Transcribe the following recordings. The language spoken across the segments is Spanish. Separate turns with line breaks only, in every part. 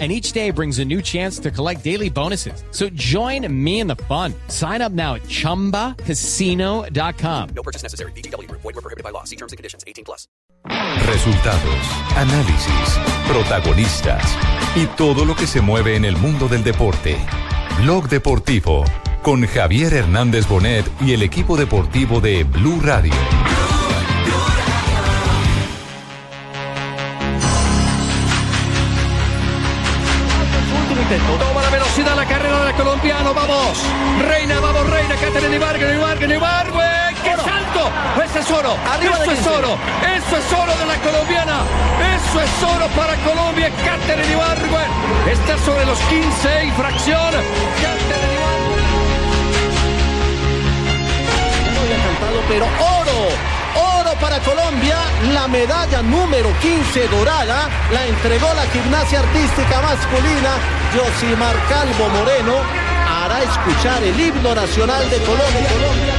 and each day brings a new chance to collect daily bonuses. So join me in the fun. Sign up now at ChumbaCasino.com.
No purchase necessary. BGW. Void were prohibited by law. See terms and conditions. 18 plus.
Resultados, análisis, protagonistas y todo lo que se mueve en el mundo del deporte. Blog Deportivo con Javier Hernández Bonet y el equipo deportivo de Blue Radio.
Toma la velocidad la carrera del colombiano, vamos. Reina, vamos, Reina, Catherine Ibargüen, Ibargüen, Ibargüen. ¡Qué salto! Ese es oro,
Arriba
eso
de
es
15.
oro, eso es oro de la colombiana, eso es oro para Colombia, Catherine Ibargüen. Está sobre los 15 y fracción. Catherine
cantado, pero oro, oro para Colombia, la medalla número 15 dorada, la entregó la gimnasia artística masculina Josimar Calvo Moreno, hará escuchar el himno nacional de Colombia. Colombia.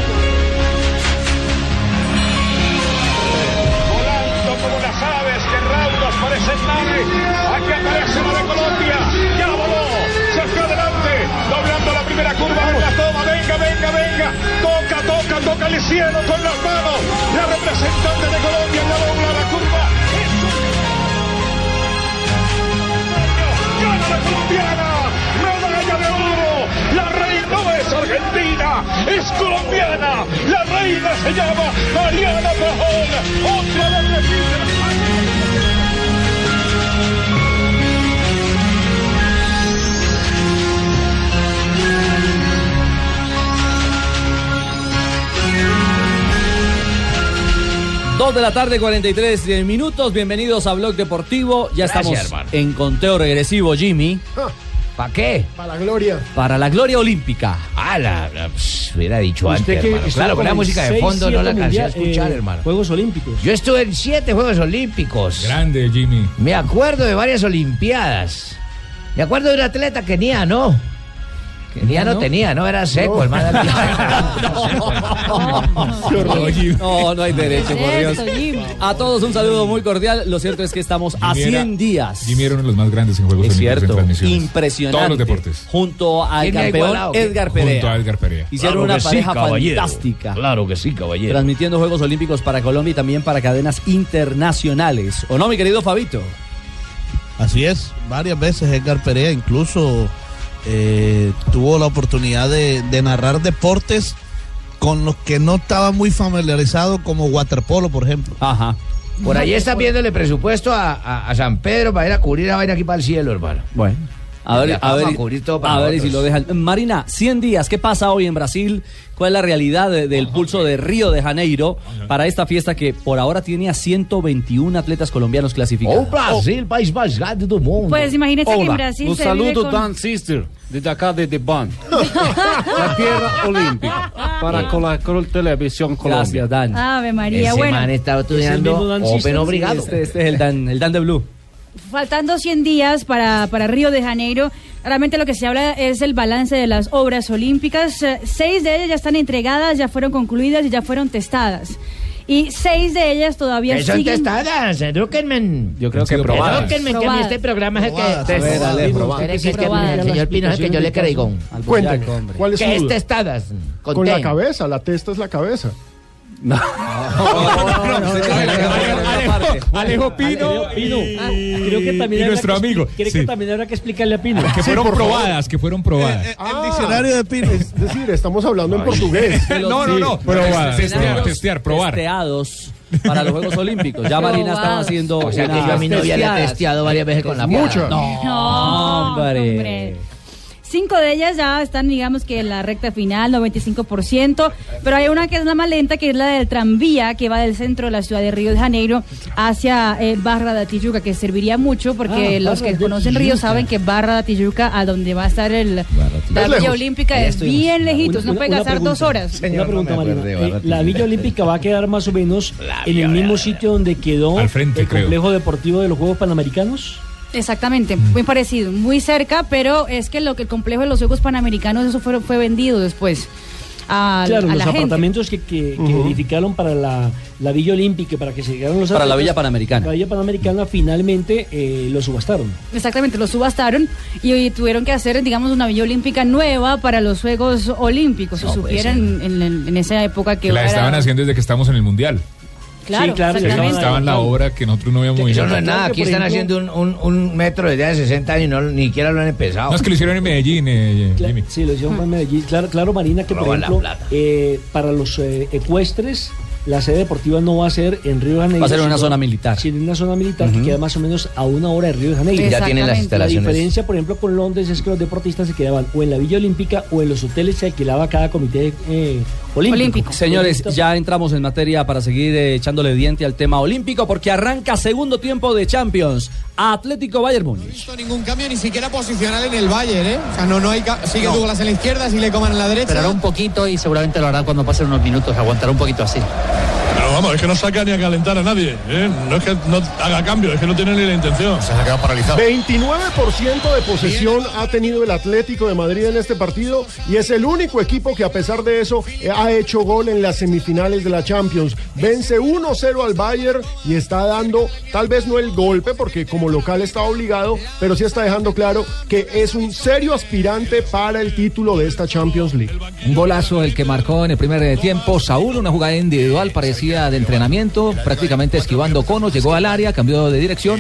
volando como las aves que raudas parecen naves. Aquí aparece la de Colombia. Ya voló. Se fue adelante. Doblando la primera curva. Venga, toma. Venga, venga, venga. Toca, toca, toca el cielo con las manos. La representante de Colombia la dobla la curva. Es un- Gana la colombiana. Medalla de oro. La reina no es argentina. Es colombiana. La reina se llama Mariana Pajón. Otra vez repite la
Dos de la tarde, 43 minutos. Bienvenidos a Blog Deportivo. Ya
Gracias,
estamos
hermano.
en conteo regresivo, Jimmy.
¿Para qué?
Para la gloria.
Para la gloria olímpica.
eh. Ah, la, la- pss, hubiera dicho
Usted
antes,
que
hermano.
estuvo
Claro, con la
como en
música de
seis,
fondo no
siete
la alcancé a
mundial-
escuchar,
eh,
hermano.
Juegos Olímpicos.
Yo estuve en siete Juegos Olímpicos.
Grande, Jimmy.
Me acuerdo de varias Olimpiadas. Me acuerdo de un atleta que ni a no. Que ni a no tenía, no era seco, hermano.
No, no hay derecho, por Dios.
Esto, Jim.
A todos un saludo muy cordial. Lo cierto es que estamos a
Jimmy era-
100 días.
Jimmy era uno de los más grandes en Juegos
Es
Olímpicos en
cierto,
transmisiones.
impresionante.
Todos los deportes.
Junto al
¿Quién me ha
campeón
igualado?
Edgar
Junto a
Perea.
Edgar Perea.
Hicieron una pareja fantástica.
Claro que sí, caballero.
Transmitiendo Juegos Olímpicos para Colombia y también para cadenas internacionales. ¿O no, mi querido Fabito?
Así es, varias veces Edgar Perea incluso eh, tuvo la oportunidad de, de narrar deportes con los que no estaba muy familiarizado, como waterpolo, por ejemplo.
Ajá.
Por ahí está viéndole presupuesto a, a- a San Pedro para ir a cubrir la vaina aquí para el cielo, hermano.
Bueno. A ver, a
Vamos
ver,
a cubrir todo para
a ver si
nosotros.
lo dejan. Marina, 100 días, ¿qué pasa hoy en Brasil? ¿Cuál es la realidad de- del pulso de Río de Janeiro para esta fiesta que por ahora tiene a 121 atletas colombianos clasificados?
O Oh, Brasil, país más grande del mundo.
Pues imagínense que en Brasil
un
se vive
saludo
con-
Dan Sister, desde acá desde Ban, la tierra olímpica, para con la Col- televisión Colombia.
Gracias, Dan.
Ave María.
Ese
Bueno,
man estaba estudiando Open Obrigado.
Este, este es el Dan, el Dan de Blue.
faltando 100 días para, para Río de Janeiro, realmente lo que se habla es el balance de las obras olímpicas. Eh, Seis de ellas ya están entregadas, ya fueron concluidas y ya fueron testadas. Y seis de ellas todavía
Que son
siguen...
testadas, edúquenme.
Yo creo que probadas.
Edúquenme que a mí
Probadas.
este programa es el
Probadas,
que...
Ah, a ver,
Testadas.
dale,
Pero es que este-
Probadas.
el señor Pino es el que yo le creo.
Al
Cuéntame,
Boyaco, hombre.
¿cuál es
Que este
su
es
duda?
testadas.
Con la cabeza, la testa es la cabeza.
Alejo Pino.
Creo que
Y nuestro amigo. Sí,
habrá que explicarle a Pino.
Que fueron probadas, que fueron
Eh,
probadas.
Ah.
el diccionario de Pino.
Es decir, estamos hablando en portugués.
No, no, no.
Probadas.
Testear, testear, probar.
Testeados para los Juegos Olímpicos. Ya Marina estaba
Probadas.
haciendo.
O sea que
unas
yo a mi novia le he
testeadas.
testeado varias veces con la
Muchas.
No.
No,
Hombre.
hombre. Cinco de ellas ya están, digamos que en la recta final, 95%, pero hay una que es la más lenta, que es la del tranvía, que va del centro de la ciudad de Río de Janeiro hacia eh, Barra da Tijuca, que serviría mucho porque
Ah,
los
Barra
que
da
conocen Río
Tijuca.
saben que Barra da Tijuca, a donde va a estar el, la
Es
Villa
lejos.
Olímpica,
Ahí
es
estuvimos.
bien lejitos,
Una-
no puede
una
gastar
pregunta.
dos horas.
Una pregunta, Marina.
acuerdo de
Eh, la Villa Olímpica va a quedar más o menos en el mismo sitio donde quedó el complejo deportivo de los Juegos Panamericanos.
Exactamente, muy parecido, muy cerca, pero es que lo que el complejo de los Juegos Panamericanos eso fue, fue vendido después a,
claro,
a
los
la gente.
apartamentos que, que, que edificaron para la, la Villa Olímpica, para que se llegaron los
Para la
atletas,
Villa Panamericana.
La Villa Panamericana finalmente eh, lo subastaron.
Exactamente, los subastaron y, y tuvieron que hacer, digamos, una villa olímpica nueva para los Juegos Olímpicos. Si supieran en, en- en esa época que
Que pues, la
era-
estaban haciendo desde que estamos en el Mundial.
Claro, Sí, claro,
Estaban
exactamente.
estaban la obra que nosotros no habíamos
Eso
visto.
no es nada, aquí están haciendo un, un- un metro desde hace 60 años y no, ni siquiera lo han empezado.
No, es que lo hicieron en Medellín, eh, Jimmy.
Sí, lo hicieron más Medellín. Claro, claro, Marina, que por
Roban la
ejemplo, eh, para los eh, ecuestres, la sede deportiva no va a ser en Río de Janeiro.
Va a ser en una
sino-
zona militar.
sino en una zona militar
Ujú.
que queda más o menos a una hora de Río de Janeiro.
Y ya tienen las instalaciones.
La diferencia, por ejemplo, con Londres es que los deportistas se quedaban o en la Villa Olímpica o en los hoteles que alquilaba cada comité eh, olímpico.
Señores, ya entramos en materia para seguir eh, echándole diente al tema olímpico porque arranca segundo tiempo de Champions. Atlético Bayern Múnich.
ningún cambio ni siquiera posicional en el Bayern, ¿eh? O sea, no, no hay ca- sigue
No.
Douglas en la izquierda, sigue Coman en la derecha.
Esperará un poquito y seguramente lo hará cuando pasen unos minutos, aguantará un poquito así.
Pero vamos, es que no saca ni a calentar a nadie. ¿eh? No es que no haga cambio, es que no tiene ni la intención. Se ha quedado paralizado.
29% de posesión ha tenido el Atlético de Madrid en este partido y es el único equipo que a pesar de eso eh, ha hecho gol en las semifinales de la Champions. Vence 1-0 al Bayern y está dando tal vez no el golpe porque como local está obligado, pero sí está dejando claro que es un serio aspirante para el título de esta Champions League.
Un golazo el que marcó en el primer eh, tiempo Saúl, una jugada individual parecía de entrenamiento, prácticamente esquivando conos, llegó al área, cambió de dirección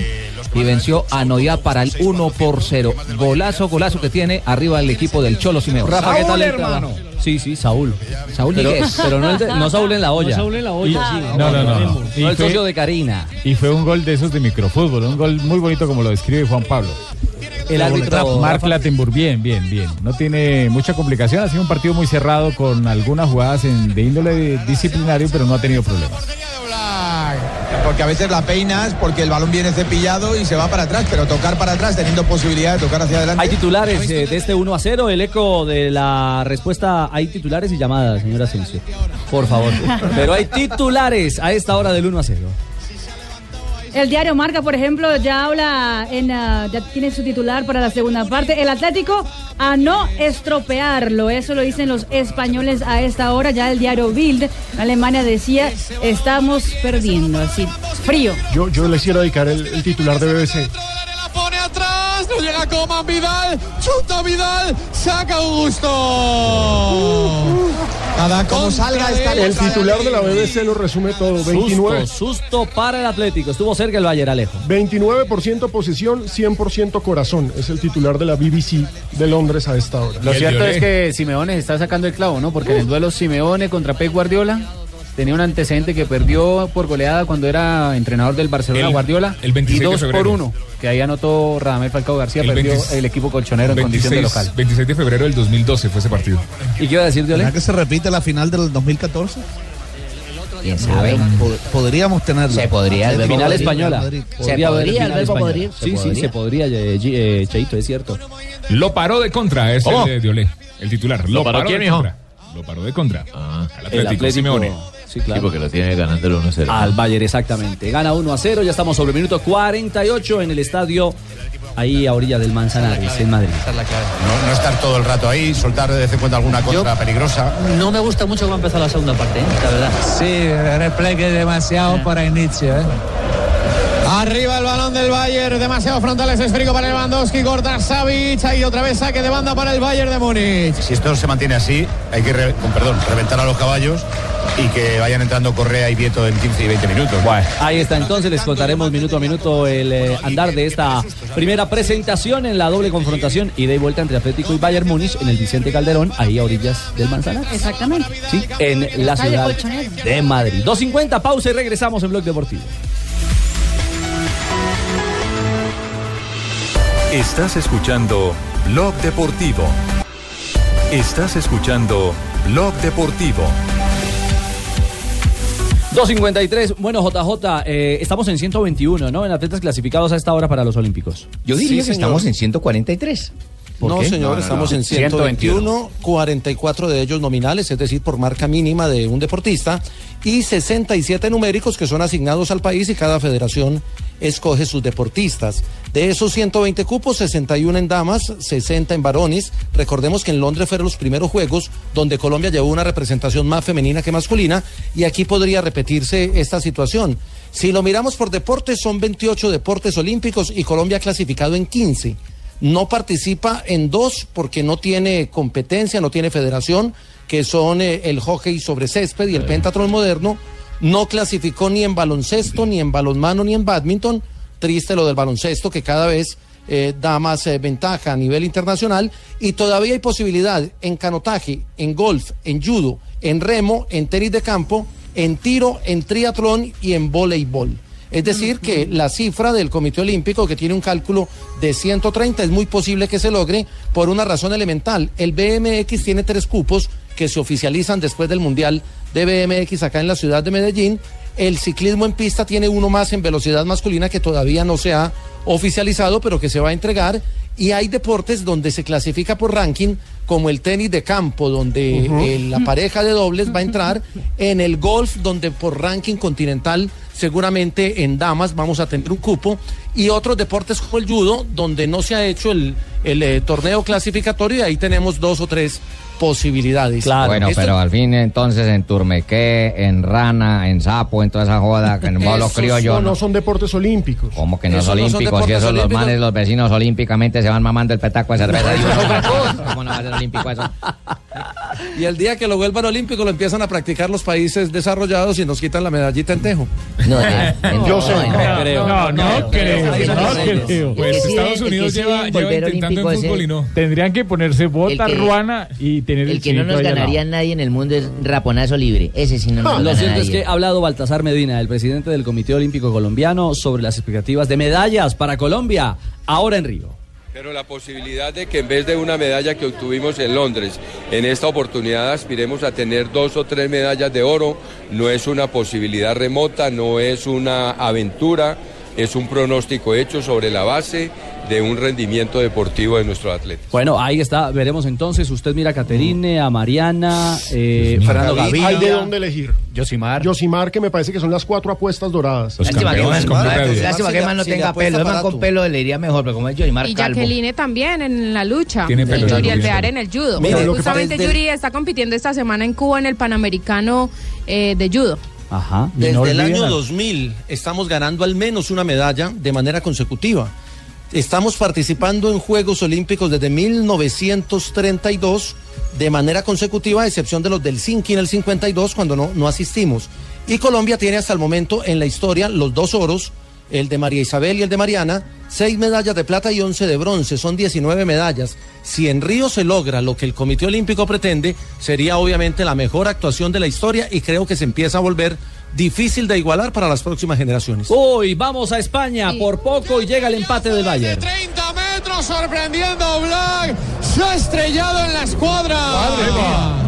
y venció a Noia para el 1 por 0. Golazo, golazo que tiene arriba el equipo del Cholo Simeón.
Rafa, ¿qué tal el trabajo? Sí, sí, Saúl.
Saúl
pero,
Ñíguez.
pero no, el de- no Saúl en la olla.
No Saúl en la olla,
Y-
sí.
No, no, no.
no.
No, el socio de Karina.
Y fue un gol de esos de microfútbol, un gol muy bonito como lo describe Juan Pablo.
El árbitro-
Mark Lattenburg, bien, bien, bien. No tiene mucha complicación, ha sido un partido muy cerrado con algunas jugadas en- de índole disciplinario, pero no ha tenido problemas.
Porque a veces la peinas, porque el balón viene cepillado y se va para atrás, pero tocar para atrás teniendo posibilidad de tocar hacia adelante.
Hay titulares eh, de este 1 a 0. El eco de la respuesta. Hay titulares y llamadas, señora Asensio. Por favor. Pero hay titulares a esta hora del 1 a 0.
El diario Marca, por ejemplo, ya habla, en, ah, ya tiene su titular para la segunda parte. El Atlético a no estropearlo. Eso lo dicen los españoles a esta hora. Ya el diario Bild, en Alemania, decía, estamos perdiendo. Así, frío.
Yo, yo les quiero dedicar el, el titular de BBC.
Pone atrás, no llega Coman Vidal, chuta Vidal, saca Augusto. Uh,
Nada, como
salga esta
El
letra de
titular de la BBC lo resume todo. 29.
Susto, susto para el Atlético. Estuvo cerca el Bayern Alejo.
29% posesión, 100% corazón. Es el titular de la BBC de Londres a esta hora.
Lo cierto es que Simeone está sacando el clavo, ¿no? Porque en el duelo Simeone contra Pep Guardiola tenía un antecedente que perdió por goleada cuando era entrenador del Barcelona
El-
Guardiola.
el 26
y
de
dos por
febrero.
uno, que ahí anotó Radamel Falcao García,
El
perdió
26
el equipo colchonero en condición de local.
26 de febrero del 2012 fue ese partido.
¿Y qué iba a decir,
¿Será que se repite la final del 2014?
¿Quién sabe?
Pod- podríamos tenerla.
Se podría, el
Atlético
Final
Madrid,
española.
Madrid.
Podría haber final española.
Se
Sí, sí,
podría.
se podría, eh, G- eh, Cheito, es cierto.
Lo paró de contra, es
¿Cómo?
el de Diolé, el titular.
¿Lo
Lo,
paró
paró
quién,
de
mijo?
contra. Lo paró de contra. Al Ah, Atlético, Simeone.
Sí, claro.
porque lo tiene ganando el 1-0.
Al Bayern, exactamente. Gana 1 a 0. Ya estamos sobre el minuto 48 en el estadio, ahí a orilla del Manzanares, en Madrid.
No, no estar todo el rato ahí, soltar de vez en cuando alguna contra peligrosa.
No me gusta mucho cómo ha empezado la segunda parte, ¿eh? la verdad.
Sí, repliegue demasiado para inicio. Arriba el balón del Bayern, demasiado frontales, esférico para Lewandowski, corta Savic, y otra vez saque de banda para el Bayern de Múnich.
Si esto se mantiene así, hay que, re- con perdón, reventar a los caballos y que vayan entrando Correa y Vieto en 15 y 20 minutos.
Ahí está, entonces les contaremos minuto a minuto el eh, andar de esta primera presentación en la doble confrontación ida y vuelta entre Atlético y Bayern Múnich en el Vicente Calderón, ahí a orillas del Manzanares.
Exactamente.
Sí, en la
Calle
ciudad
Colchonero.
de Madrid. 2.50, pausa y regresamos en Blog Deportivo.
Estás escuchando Blog Deportivo. Estás escuchando Blog Deportivo.
253, bueno JJ, eh, estamos en 121, ¿no? En atletas clasificados a esta hora para los Olímpicos.
Yo diría que estamos en 143.
¿Por
no,
qué?
señor,
No, no,
estamos
no.
en 121, 44 de ellos nominales, es decir, por marca mínima de un deportista, y 67 numéricos que son asignados al país y cada federación escoge sus deportistas. De esos 120 cupos, 61 en damas, 60 en varones. Recordemos que en Londres fueron los primeros juegos donde Colombia llevó una representación más femenina que masculina y aquí podría repetirse esta situación. Si lo miramos por deportes, son 28 deportes olímpicos y Colombia ha clasificado en 15 no participa en dos porque no tiene competencia, no tiene federación, que son eh, el hockey sobre césped y el pentatlón moderno. No clasificó ni en baloncesto, ni en balonmano, ni en badminton. Triste lo del baloncesto, que cada vez eh, da más eh, ventaja a nivel internacional. Y todavía hay posibilidad en canotaje, en golf, en judo, en remo, en tenis de campo, en tiro, en triatlón y en voleibol. Es decir, que la cifra del Comité Olímpico, que tiene un cálculo de 130, es muy posible que se logre por una razón elemental. El BMX tiene tres cupos que se oficializan después del Mundial de BMX acá en la ciudad de Medellín. El ciclismo en pista tiene uno más en velocidad masculina que todavía no se ha oficializado, pero que se va a entregar. Y hay deportes donde se clasifica por ranking, como el tenis de campo, donde
Ujú.
eh, la pareja de dobles va a entrar. En el golf, donde por ranking continental, seguramente en damas vamos a tener un cupo. Y otros deportes como el judo, donde no se ha hecho el, el, eh, torneo clasificatorio, y ahí tenemos dos o tres posibilidades.
bueno,
Esto-
pero al fin entonces en Turmequé, en Rana, en Sapo, en toda esa joda, que en todos los
Esos
criollos.
No, no son deportes olímpicos.
Como que no es
Esos no son
olímpico, si
deportes
esos los
olímpicos.
manes, los vecinos olímpicamente se van mamando el petaco de cerveza. Y uno, ¿Cómo no va a ser olímpico eso?
Y el día que lo vuelvan olímpico lo empiezan a practicar los países desarrollados y nos quitan la medallita en tejo.
No,
Yo sé.
No, no creo.
Ahí
No
sí,
creo.
sí, sí.
Pues
El que sí,
Estados
el que
Unidos
sí
lleva, lleva
volver
intentando
olímpico
en
es
fútbol
el-
y no. Tendrían que ponerse bota,
que-
ruana y tener
El que no nos ganaría nadie en el mundo es raponazo libre. Ese sí no nos
Ah, Lo
gana
cierto
nadie.
es que ha hablado Baltasar Medina, el presidente del Comité Olímpico Colombiano, sobre las expectativas de medallas para Colombia, ahora en Río.
Pero la posibilidad de que en vez de una medalla que obtuvimos en Londres, en esta oportunidad aspiremos a tener dos o tres medallas de oro, no es una posibilidad remota, no es una aventura, es un pronóstico hecho sobre la base de un rendimiento deportivo de nuestro atleta.
Bueno, ahí está, veremos entonces. Usted mira a Caterine, a Mariana, eh, Fernando Gaviria.
Hay de dónde elegir. Josimar. Josimar, que me parece que son las cuatro apuestas doradas.
Los Lástima que campeones man- con Lástima Flavio. que man no tenga pelo, el man con pelo le iría mejor, pero como es Yoimar
Y
Calvo.
Jacqueline también en la lucha.
Tiene pelo,
y Yuri
Jacqueline.
Alvear en el judo.
Mira, lo que
Justamente
pasa es del-
Yuri está compitiendo esta semana en Cuba en el Panamericano eh, de judo.
Ajá.
y
Desde
no
el
olviden
año
al-
2000 estamos ganando al menos una medalla de manera consecutiva. Estamos participando en Juegos Olímpicos desde 1932 de manera consecutiva, a excepción de los del Helsinki en el 52 cuando no, no asistimos. Y Colombia tiene hasta el momento en la historia los dos oros, el de María Isabel y el de Mariana, seis medallas de plata y once de bronce, son 19 medallas. Si en Río se logra lo que el Comité Olímpico pretende, sería obviamente la mejor actuación de la historia y creo que se empieza a volver difícil de igualar para las próximas generaciones.
Uy, vamos a España, por poco y llega el empate del Bayern.
metros sorprendiendo a Black. Se ha estrellado en la escuadra.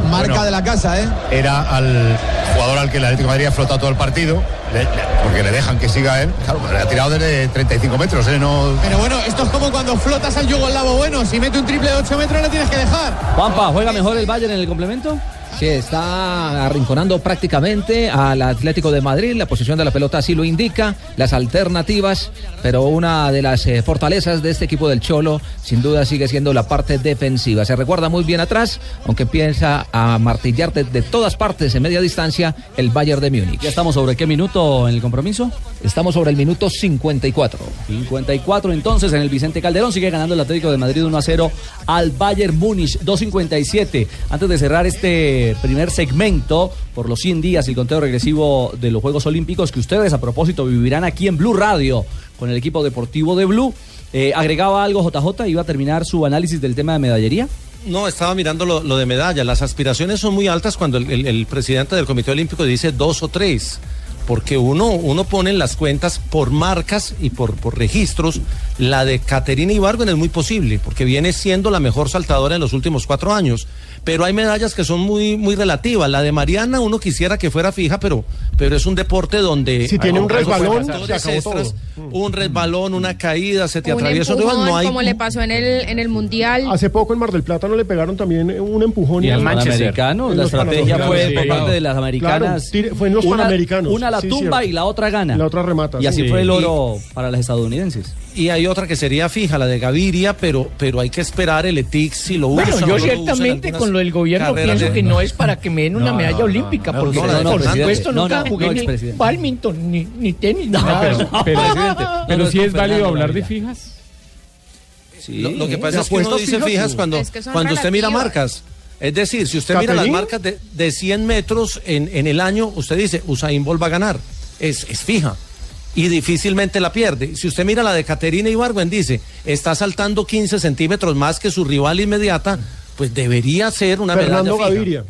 Marca de la casa, ¿eh? Era al jugador al que el Atlético de Madrid ha flotado todo el partido, le- le- porque le dejan que siga él. Claro, pero le ha tirado desde 35 metros, ¿eh? No...
Pero bueno, esto es como cuando flotas al yugoslavo. Bueno, si mete un triple de 8 metros, le tienes que dejar.
Juanpa, ¿juega mejor el Bayern en el complemento?
Sí, está arrinconando prácticamente al Atlético de Madrid. La posición de la pelota así lo indica, las alternativas, pero una de las eh, fortalezas de este equipo del Cholo, sin duda, sigue siendo la parte defensiva. Se recuerda muy bien atrás, aunque piensa a martillar de, de todas partes en media distancia el Bayern de Múnich.
¿Ya estamos sobre qué minuto en el compromiso?
Estamos sobre el minuto 54.
54 entonces en el Vicente Calderón sigue ganando el Atlético de Madrid 1 a 0 al Bayern Múnich 257. Antes de cerrar este primer segmento por los 100 días y el conteo regresivo de los Juegos Olímpicos que ustedes a propósito vivirán aquí en Blue Radio con el equipo deportivo de Blue, eh, agregaba algo JJ iba a terminar su análisis del tema de medallería.
No, estaba mirando lo, lo de medalla. Las aspiraciones son muy altas cuando el, el- el presidente del Comité Olímpico dice dos o tres. porque uno, uno pone en las cuentas por marcas y por, por registros. La de Caterina Ibargüen es muy posible, porque viene siendo la mejor saltadora en los últimos cuatro años. Pero hay medallas que son muy, muy relativas. La de Mariana, uno quisiera que fuera fija, pero, pero es un deporte donde.
Si tiene un
hay
resbalón,
factores
se acabó
extras, Un resbalón, una caída, se te
Un
atraviesa un rival,
empujón,
no hay.
como le pasó en el, en el Mundial.
Hace poco en Mar del Plata no le pegaron también eh, un empujón.
Y
en
al
los
Manchester.
Panamericanos,
La
en los
estrategia
Panamericanos.
fue por
Sí.
parte de las
Claro,
americanas.
tire- fue en los
Una-
Panamericanos.
Una la
sí,
tumba
cierto.
y la otra gana.
La otra remata.
Y así
sí.
fue el oro para las estadounidenses.
Y hay otra que sería fija, la de Gaviria, pero, pero hay que esperar el E ETIX si lo usa.
Bueno,
o no lo
yo
usa en
ciertamente
algunas
con lo del gobierno
carreras
pienso
de-
que no es para que me den una
No,
medalla
no,
olímpica,
no,
porque
no, no, no,
por
presidente.
supuesto
No,
nunca
no,
jugué
no,
ni
expresidente.
badminton, ni, ni tenis,
No,
nada.
pero- pero, presidente,
Pero
no
sí
es
es
con
válido
Fernando
hablar de
Gaviria.
fijas.
lo, lo que pasa
Las
es que uno
apuestas
dice
fijas,
fijas
sí.
cuando,
Es que son
cuando usted mira
relativas.
marcas. Es decir, si usted mira las
¿Catherine?
marcas de, de 100 metros en, en el año, usted dice, Usain Bolt va a ganar. Es, es fija. Y difícilmente la pierde. Si usted mira la de Caterina Ibargüen, dice, está saltando 15 centímetros más que su rival inmediata, pues debería ser una medalla
Fernando
fija.
Gaviria.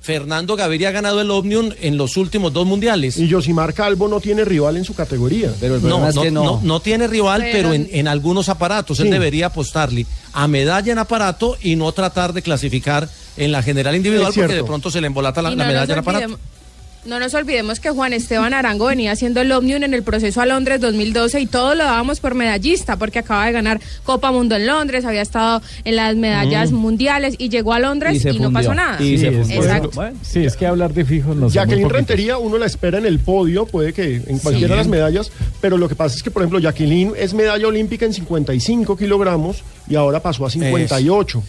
Fernando Gaviria ha ganado el Omnium en los últimos dos mundiales.
Y Josimar Calvo no tiene rival en su categoría. Pero
No, no, no- no tiene rival,
Pero-
pero, en, en algunos aparatos.
Sí.
Él debería apostarle a medalla en aparato y no tratar de clasificar en la general individual
Es
porque
cierto.
de pronto se le embolata la,
Y
la
no
medalla en
nos
aparato.
olvidemos- No nos olvidemos que Juan Esteban Arango venía haciendo el Omnium en el proceso a Londres 2012 y todos lo dábamos por medallista porque acaba de ganar Copa Mundo en Londres, había estado en las medallas
Mm.
mundiales y llegó a Londres y, no pasó nada.
Sí, es,
Exacto.
sí, es que hablar de fijos no sé.
Jacqueline
muy poquito.
Rentería, uno la espera en el podio, puede que en cualquiera de las medallas, pero lo que pasa es que, por ejemplo, Jacqueline es medalla olímpica en 55 kilogramos y ahora pasó a 58.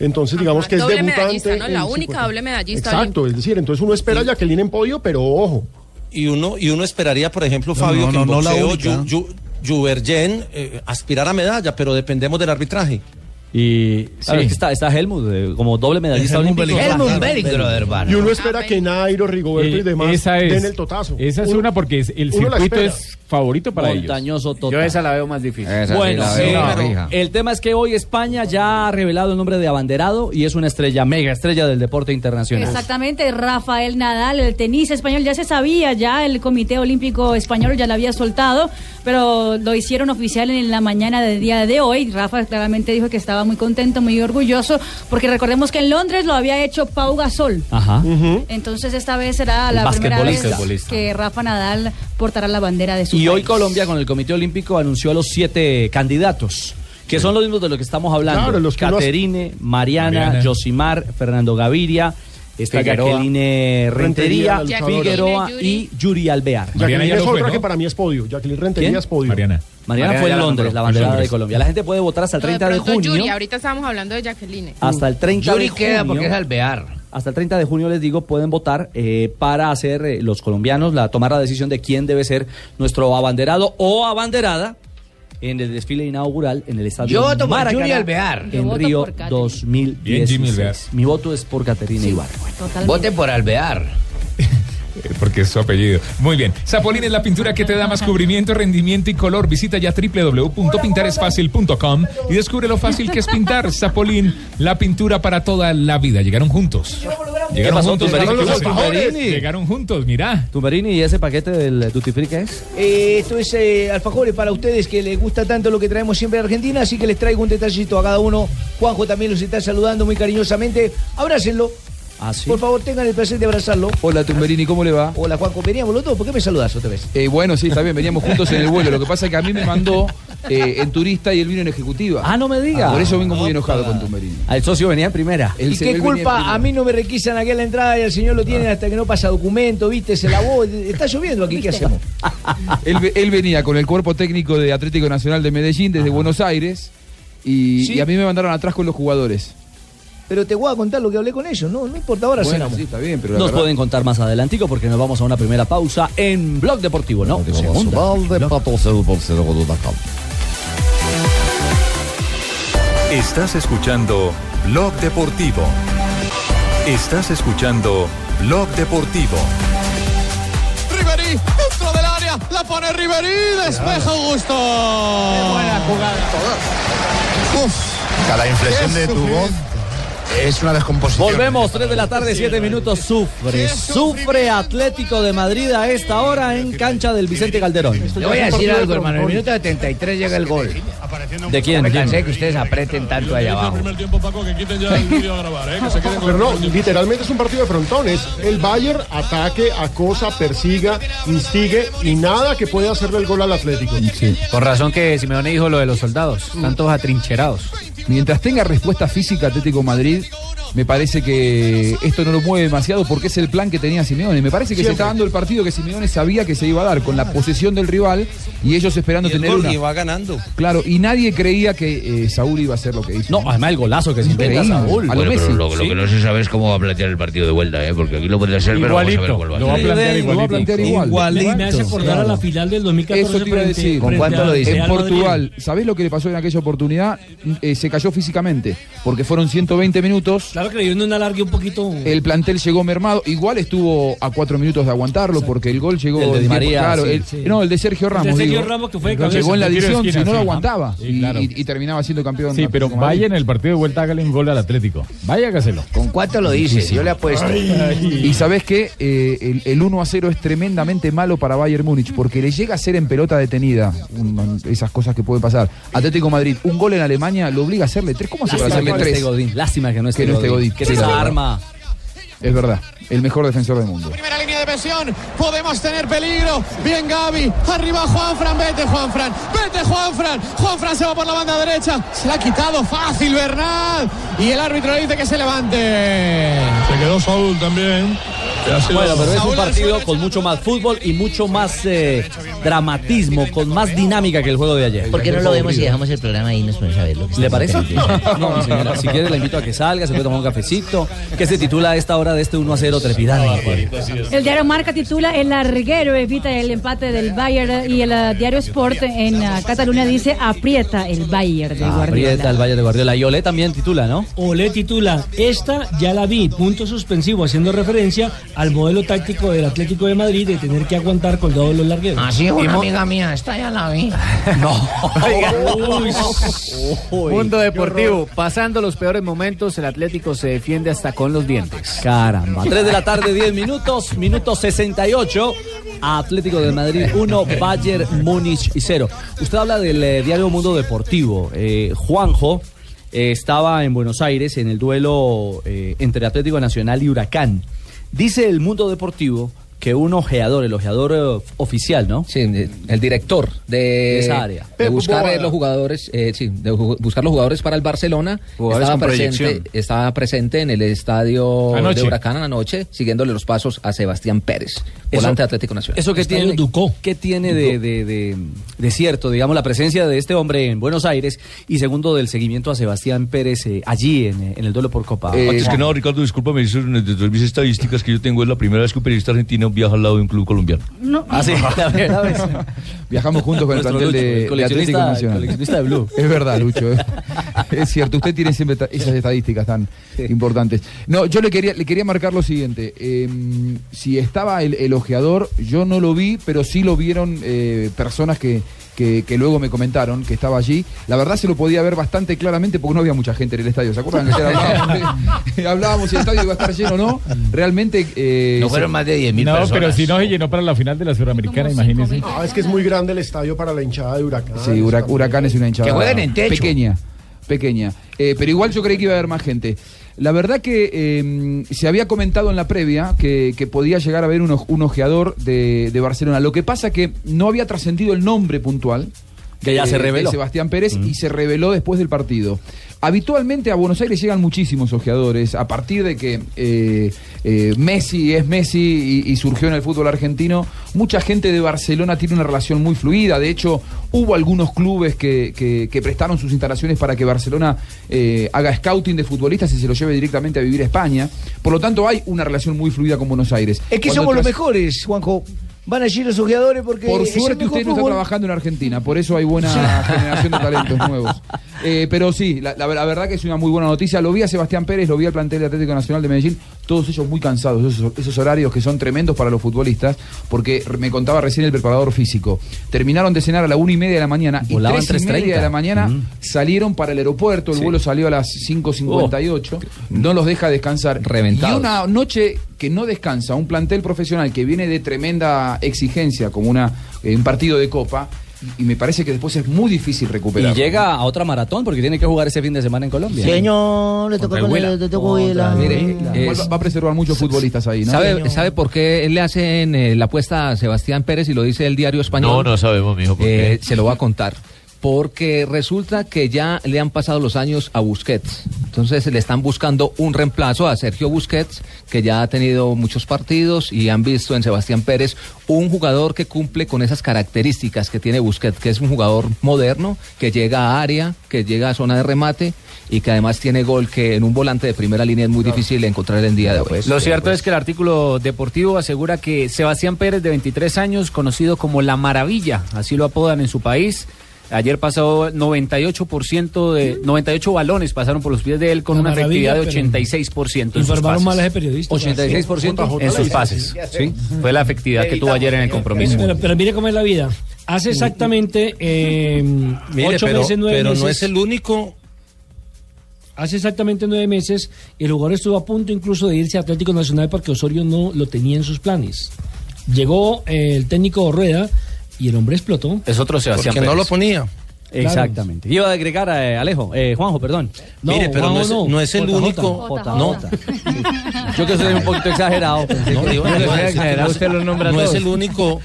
Entonces, digamos que es
Doble
debutante.
medallista, ¿no? La
en
única
50.
doble medallista.
Exacto, es decir, entonces uno espera a Jacqueline en podio, pero ojo.
Y uno, y uno esperaría, por ejemplo, Fabio,
no,
que en
no, no la
boxeo
única.
Ju- Ju- Juvergen eh, aspirara a medalla, pero dependemos del arbitraje.
Y
sí.
está, está Helmut eh, como doble medallista
Helmut
olímpico.
Bellingham. Helmut
Bellingham, Y uno
Ah,
espera que Nairo, Rigoberto y
Eh,
demás
esa es.
den el totazo.
Esa es
Uno-
una porque es- el
uno la
circuito
espera.
es favorito para
Montañoso
ellos. Yo esa la veo más difícil.
Bueno, sí, pero el tema es que hoy España ya ha revelado el nombre de abanderado y es una estrella, mega estrella del deporte internacional.
Exactamente, Rafael Nadal, el tenista español, ya se sabía, ya el Comité Olímpico Español ya lo había soltado, pero lo hicieron oficial en la mañana del día de hoy. Rafa claramente dijo que estaba muy contento, muy orgulloso, porque recordemos que en Londres lo había hecho Pau Gasol.
Ajá.
Entonces esta vez será
El
la primera vez
basquetbolista. Basquetbolista.
que Rafa Nadal portará la bandera de su
Y hoy
país.
Colombia con el Comité Olímpico anunció a los siete candidatos, que son los mismos de los que estamos hablando.
Claro, los que uno-
Caterine, Mariana,
Mariana.
Josimar, Fernando Gaviria, está
Figueroa.
Jacqueline
Rentería,
Rentería,
la luchadora.
Figueroa y Yuri Alvear.
Jacqueline es otra que para mí es podio. Jacqueline Rentería
¿Quién?
es podio. Mariana.
Mariana, fue en Londres, la banderada de Colombia. La gente puede votar hasta el
No, de
30 de
pronto
junio.
Yuri, ahorita estábamos hablando de Jacqueline.
Hasta el 30
Yuri
de junio.
queda porque es
alvear. Hasta el 30 de junio, les digo, pueden votar eh, para hacer eh, los colombianos la tomar la decisión de quién debe ser nuestro abanderado o abanderada en el desfile inaugural en el estadio
Yo voto por
Maracaná,
Yuri Alvear. Yo
en
voto
Río
por Catherine. Bien, Jimmy
2016.
Alvear.
Mi voto es por Caterina Ibarra.
Vote por Alvear.
porque es su apellido. Muy bien. Zapolín es la pintura que te da más cubrimiento, rendimiento y color. Visita ya www.pintaresfacil.com y descubre lo fácil que es pintar. Zapolín, la pintura para toda la vida. Llegaron juntos. Llegaron
pasó,
juntos,
Tumberini?
Berín,
¿Qué pasó,
¿qué pasa?
Tumberini?
Llegaron juntos, mirá.
Tumberini, ¿y ese paquete del Duty Free qué es?
Eh, esto es eh, alfajores para ustedes que les gusta tanto lo que traemos siempre de Argentina, así que les traigo un detallito a cada uno. Juanjo también los está saludando muy cariñosamente. Abrácenlo. Por favor, tengan el placer de abrazarlo.
Ah, Hola Tumberini, ¿cómo le va?
Hola Juanjo, veníamos los dos, ¿por qué me saludas otra vez?
Eh, bueno, sí, está bien, veníamos juntos en el vuelo. Lo que pasa es que a mí me mandó eh, en turista y él vino en ejecutiva.
Ah, no me diga.
por eso vengo muy enojado con Tumberini.
Al socio venía en primera.
El
¿Y qué culpa? A mí no me requisan aquí a la entrada y al
Ah.
señor lo tienen hasta que no pasa documento, viste, se lavó. Está lloviendo aquí, ¿qué hacemos?
Él, ve- él venía con el cuerpo técnico de Atlético Nacional de Medellín desde Buenos Aires y,
Sí.
y a mí me mandaron atrás con los jugadores.
Pero te voy a contar lo que hablé con ellos, no, no importa, ahora
Bueno,
cenamos.
sí,
Está bien, pero la
Nos
verdad-
pueden contar más adelantico porque nos vamos a una primera pausa en Blog Deportivo, ¿no? Segunda.
Estás escuchando Blog Deportivo. Estás escuchando Blog Deportivo.
Riverí, dentro del área, la pone Riverí, despeja Augusto. Qué buena jugada.
Cada inflexión
Qué
de tu
sufrimiento.
voz es una descomposición.
Volvemos, 3 de la tarde, 7 minutos. Sufre, sufre Atlético de Madrid a esta hora en cancha del Vicente Calderón.
Le voy a decir algo, hermano. En el minuto 73 llega el gol.
¿De quién?
Me cansé que ustedes aprieten tanto allá abajo.
primer tiempo, Paco, que quiten ya el vídeo a grabar, ¿eh? Que se queden con
Pero no, literalmente es un partido de frontones. El Bayern ataque, acosa, persiga, instigue y nada que pueda hacerle el gol al Atlético.
Con razón que Simeone dijo lo de los soldados, están todos atrincherados.
Mientras tenga respuesta física Atlético Madrid, me parece que esto no lo mueve demasiado porque es el plan que tenía Simeone. Me parece que se
Siempre.
está dando el partido que Simeone sabía que se iba a dar con la posesión del rival y ellos esperando tener una.
va ganando.
Claro, y nadie creía que eh, Saúl iba a hacer lo que hizo. No,
además el golazo que se
inventa Saúl. A lo
Bueno, pero
Messi.
lo, lo que no se sabe es cómo va a plantear el partido de vuelta, ¿eh? porque aquí lo puede hacer, pero vamos a ver
Igualito,
cuál va a
lo va a
hacer.
plantear Lo va a plantear igual. Igualito,
Me hace acordar
claro.
a la final del 2014
Eso te iba a
frente-
decir.
frente al
En
Real Madrid.
Portugal, ¿sabés lo que le pasó en aquella oportunidad? Eh, se cayó físicamente, porque fueron 120 minutos.
Claro que le dieron un alargue un poquito.
El plantel llegó mermado, igual estuvo a cuatro minutos de aguantarlo porque el gol llegó.
El
en
de Di
tiempo-
María,
claro,
sí,
el-
sí.
No, el de Sergio
El de
Ramos.
Sergio
digo.
Ramos, que fue de
Llegó
cabeza,
en la
tiro de
edición, si
esquina,
no lo
sí.
aguantaba.
Sí,
y,
claro.
y- y terminaba siendo campeón.
pues, Sí, pero vaya en el partido de vuelta, hágale un gol al Atlético. Vaya, hágaselo.
¿Con cuánto
lo dices? Yo le apuesto. Ay.
Y sabes que el, el 1 a 0 es tremendamente malo para Bayern Múnich porque le llega a ser en pelota detenida. un- esas cosas que pueden pasar. Atlético Madrid, un gol en Alemania lo obliga a hacerle tres. ¿Cómo se para
Lástima
hacerle
que no
tres?
esté este Godín. Lástima que no esté
Que no esté
Godín.
Godín.
Que
Sí,
es
la
la
verdad.
arma.
Es verdad, el mejor defensor del mundo.
Primera línea de presión, podemos tener peligro. Bien Gaby, arriba Juanfran, vete Juanfran, vete Juanfran. Juanfran se va por la banda derecha, se la ha quitado fácil Bernal y el árbitro le dice que se levante.
Se quedó Saúl también. que ha sido-
Bueno, pero es un partido con mucho más fútbol y mucho más eh, dramatismo, con más dinámica que el juego de ayer.
¿Por qué no lo vemos y dejamos el programa ahí y nos ponemos a ver lo que está
¿Le parece?
haciendo la televisión?
No, señora, si quiere la invito a que salga, se puede tomar un cafecito, que se titula a esta hora de este 1 a 0 trepidante.
El diario Marca titula El larguero evita el empate del Bayern y el eh, diario Sport en eh, Cataluña dice aprieta el Bayern de Guardiola.
Aprieta el Valle de Guardiola. Y Olé también titula, ¿no?
Olé titula, esta ya la vi, punto suspensivo, haciendo referencia al modelo táctico del Atlético de Madrid de tener que aguantar colgados los largueros.
Ah,
Así es, una
Hemos-
amiga mía, esta ya la vi.
Mundo
Qué
Deportivo, pasando los peores momentos, el Atlético se defiende hasta con los dientes.
Caramba. 3 de la tarde, 10 minutos, minuto 68. Atlético de Madrid 1, Bayern Múnich 0. Usted habla del eh, diario Mundo Deportivo. Eh, Juanjo eh, estaba en Buenos Aires en el duelo eh, entre Atlético Nacional y Huracán. Dice el Mundo Deportivo que un ojeador, el ojeador eh, oficial, ¿no?
Sí, el director de
esa área.
De buscar eh, los jugadores, eh, sí, de ju- buscar los jugadores para el Barcelona.
Jugadores
estaba
con
presente,
proyección.
estaba presente en el estadio
Anoche.
de Huracán anoche, siguiéndole los pasos a Sebastián Pérez, volante de Atlético Nacional.
¿Eso qué tiene, qué tiene de,
Ducó.
de- de- de cierto, digamos, la presencia de este hombre en Buenos Aires y segundo del seguimiento a Sebastián Pérez eh, allí en, eh, en el duelo por Copa?
Antes que nada, Ricardo, discúlpame, eso, de mis estadísticas que yo tengo, es la primera vez que un periodista argentino viaja al lado de un club colombiano.
No.
Ah, sí, la primera vez.
Viajamos juntos con el
Nuestro
plantel
Lucho,
de,
el
de Atlético
coleccionista-
Nacional.
el coleccionista de Blue.
Es verdad, Lucho. eh. Es cierto, usted tiene siempre ta- esas estadísticas tan importantes. No, yo le quería, le quería marcar lo siguiente. Eh, si estaba el, el ojeador, yo no lo vi, pero sí lo vieron eh, personas que, que, que luego me comentaron que estaba allí. La verdad se lo podía ver bastante claramente porque no había mucha gente en el estadio. ¿Se acuerdan? Que ayer hablábamos, de- hablábamos si el estadio iba a estar lleno o no. Realmente... eh, se-
No, pero si no se llenó para la final de la Sudamericana, imagínense.
Ah, es que es muy grande el estadio para la hinchada de Huracán.
Sí, Hurac- Huracán es una hinchada.
Que jueguen en techo.
Pequeña, pequeña. Eh, pero igual yo creí que iba a haber más gente. La verdad que eh, se había comentado en la previa que, que podía llegar a haber un, oj- un ojeador de, de Barcelona. Lo que pasa que no había trascendido el nombre puntual.
Que ya se
de
reveló.
Sebastián Pérez y se reveló después del partido. Habitualmente a Buenos Aires llegan muchísimos ojeadores a partir de que eh, eh, Messi es Messi y, y surgió en el fútbol argentino. Mucha gente de Barcelona tiene una relación muy fluida. De hecho, hubo algunos clubes que, que- que prestaron sus instalaciones para que Barcelona eh, haga scouting de futbolistas y se los lleve directamente a vivir a España. Por lo tanto, hay una relación muy fluida con Buenos Aires.
Es que
Cuando
somos los
tras-
mejores, Juanjo. Van allí los ojeadores porque.
por
es el
suerte
mejor
usted no está
fútbol.
trabajando en Argentina, por eso hay buena generación de talentos nuevos. Eh, pero sí, la, la- la verdad que es una muy buena noticia. Lo vi a Sebastián Pérez, lo vi al plantel de Atlético Nacional de Medellín, todos ellos muy cansados, esos, esos horarios que son tremendos para los futbolistas, porque re- me contaba recién el preparador físico. Terminaron de cenar a la una y media de la mañana y
Volaban
tres y media
3:30.
de la mañana salieron para el aeropuerto, el
Sí.
vuelo salió a las 5.58,
Oh,
no los deja descansar.
Reventados.
Y una noche que no descansa, un plantel profesional que viene de tremenda exigencia, como una, eh, un partido de copa, y, y me parece que después es muy difícil recuperar.
Y llega a otra maratón porque tiene que jugar ese fin de semana en Colombia.
Señor, le
tocó Contra con el- Huila. le tocó Huila.
Mire,
Huila.
es- va a preservar muchos futbolistas ahí, ¿no?
¿Sabe, ¿Sabe por qué le hacen eh, la apuesta a Sebastián Pérez y lo dice el diario español?
No, no sabemos, mijo, ¿por qué?
Eh, se lo voy a contar. Porque resulta que ya le han pasado los años a Busquets. Entonces le están buscando un reemplazo a Sergio Busquets, que ya ha tenido muchos partidos y han visto en Sebastián Pérez un jugador que cumple con esas características que tiene Busquets, que es un jugador moderno, que llega a área, que llega a zona de remate y que además tiene gol, que en un volante de primera línea es muy difícil encontrar en día de hoy.
Lo cierto es que el artículo deportivo asegura que Sebastián Pérez, de 23 años, conocido como La Maravilla, así lo apodan en su país, ayer pasó 98% de 98 balones pasaron por los pies de él con
La
una
Maravilla,
efectividad de
pero
86% en sus
Informaron mal a ese
pases.
periodista.
86% en sus pases. Sí, fue la efectividad que tuvo ayer en el compromiso.
Pero, pero mire cómo es la vida. Hace exactamente eh,
Mire,
ocho
pero-
meses, nueve
pero no
meses.
es el único.
Hace exactamente nueve meses el jugador estuvo a punto incluso de irse a Atlético Nacional porque Osorio no lo tenía en sus planes. Llegó eh, el técnico Rueda y el hombre explotó.
Es otro Sebastián
Porque no
Pérez.
lo ponía.
Exactamente. Iba a agregar a Alejo, eh, Juanjo, perdón.
Mire, pero no es, no es el único. No,
Yo que soy un poquito exagerado.
no, digo, no, no, es- no es- no es el único.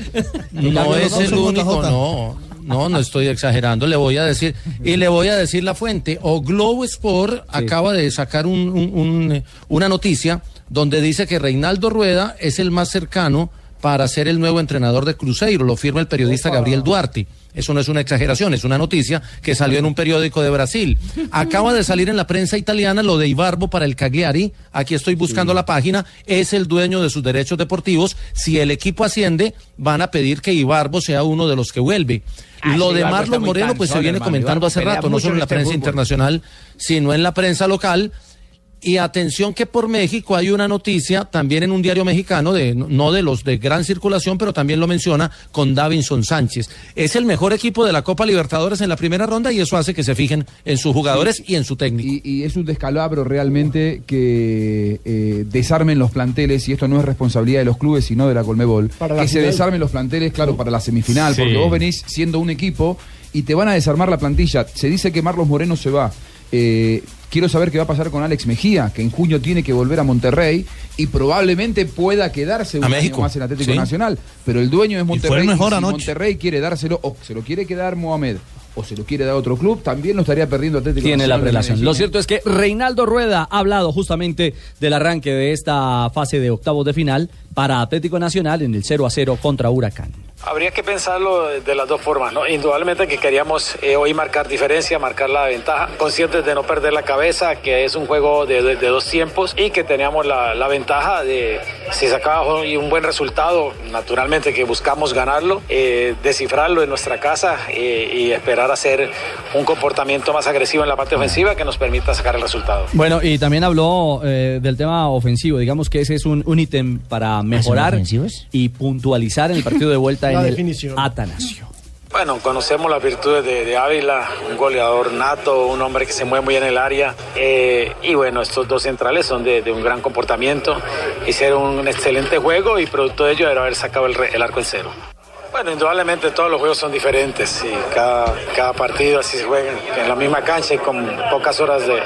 No
En cambio,
es
nosotros
el
somos
único,
JJ.
no. No, no estoy exagerando, le voy a decir, y le voy a decir la fuente, o Globo Sport acaba de sacar un- un- un, eh, una noticia donde dice que Reinaldo Rueda es el más cercano para ser el nuevo entrenador de Cruzeiro, lo firma el periodista Gabriel Duarte. Eso no es una exageración, es una noticia que salió en un periódico de Brasil. Acaba de salir en la prensa italiana lo de Ibarbo para el Cagliari. Aquí estoy buscando la página. Es el dueño de sus derechos deportivos. Si el equipo asciende, van a pedir que Ibarbo sea uno de los que vuelve.
Ah,
lo
sí,
de
Ibarbo está
Marlon
muy
Moreno, pues se
cansón,
viene
hermano.
comentando
Ibarbo
hace
pelea
rato, no
mucho
solo
en
en la
este
prensa
fútbol.
internacional, sino en la prensa local. Y atención que por México hay una noticia también en un diario mexicano, de, no de los de gran circulación, pero también lo menciona con Davinson Sánchez. Es el mejor equipo de la Copa Libertadores en la primera ronda y eso hace que se fijen en sus jugadores y en su técnico.
Y, y es un descalabro realmente que eh, desarmen los planteles, y esto no es responsabilidad de los clubes, sino de la Colmebol,
la
que se
final.
desarmen los planteles, claro, para la semifinal,
Sí.
porque vos venís siendo un equipo y te van a desarmar la plantilla. Se dice que Marlos Moreno se va. Eh, quiero saber qué va a pasar con Alex Mejía, que en junio tiene que volver a Monterrey y probablemente pueda quedarse un
A
año
México,
más en Atlético
sí.
Nacional. Pero el dueño es
fue
Monterrey.
el mejor
si
anoche.
Monterrey quiere dárselo, o se lo quiere quedar Mohamed, o se lo quiere dar otro club, también lo estaría perdiendo Atlético
Tiene la
Nacional de
relación.
Medellín.
Lo cierto es que Reinaldo Rueda ha hablado justamente del arranque de esta fase de octavos de final para Atlético Nacional en el 0 a 0 contra Huracán.
Habría que pensarlo de las dos formas, ¿no? Indudablemente que queríamos eh, hoy marcar diferencia, marcar la ventaja, conscientes de no perder la cabeza, que es un juego de, de- de dos tiempos y que teníamos la, la ventaja de, si sacaba hoy un buen resultado, naturalmente que buscamos ganarlo, eh, descifrarlo en nuestra casa eh, y esperar hacer un comportamiento más agresivo en la parte ofensiva que nos permita sacar el resultado.
Bueno, y también habló eh, del tema ofensivo. Digamos que ese es un un ítem para mejorar y puntualizar en el partido de vuelta en
La
el Atanasio.
Bueno, conocemos las virtudes de, de Ávila, un goleador nato, un hombre que se mueve muy en el área. eh, y bueno, estos dos centrales son de, de un gran comportamiento. Hicieron un excelente juego y producto de ello era haber sacado el, re- el arco en cero. Bueno, indudablemente todos los juegos son diferentes y cada, cada partido así se juega en la misma cancha y con pocas horas de,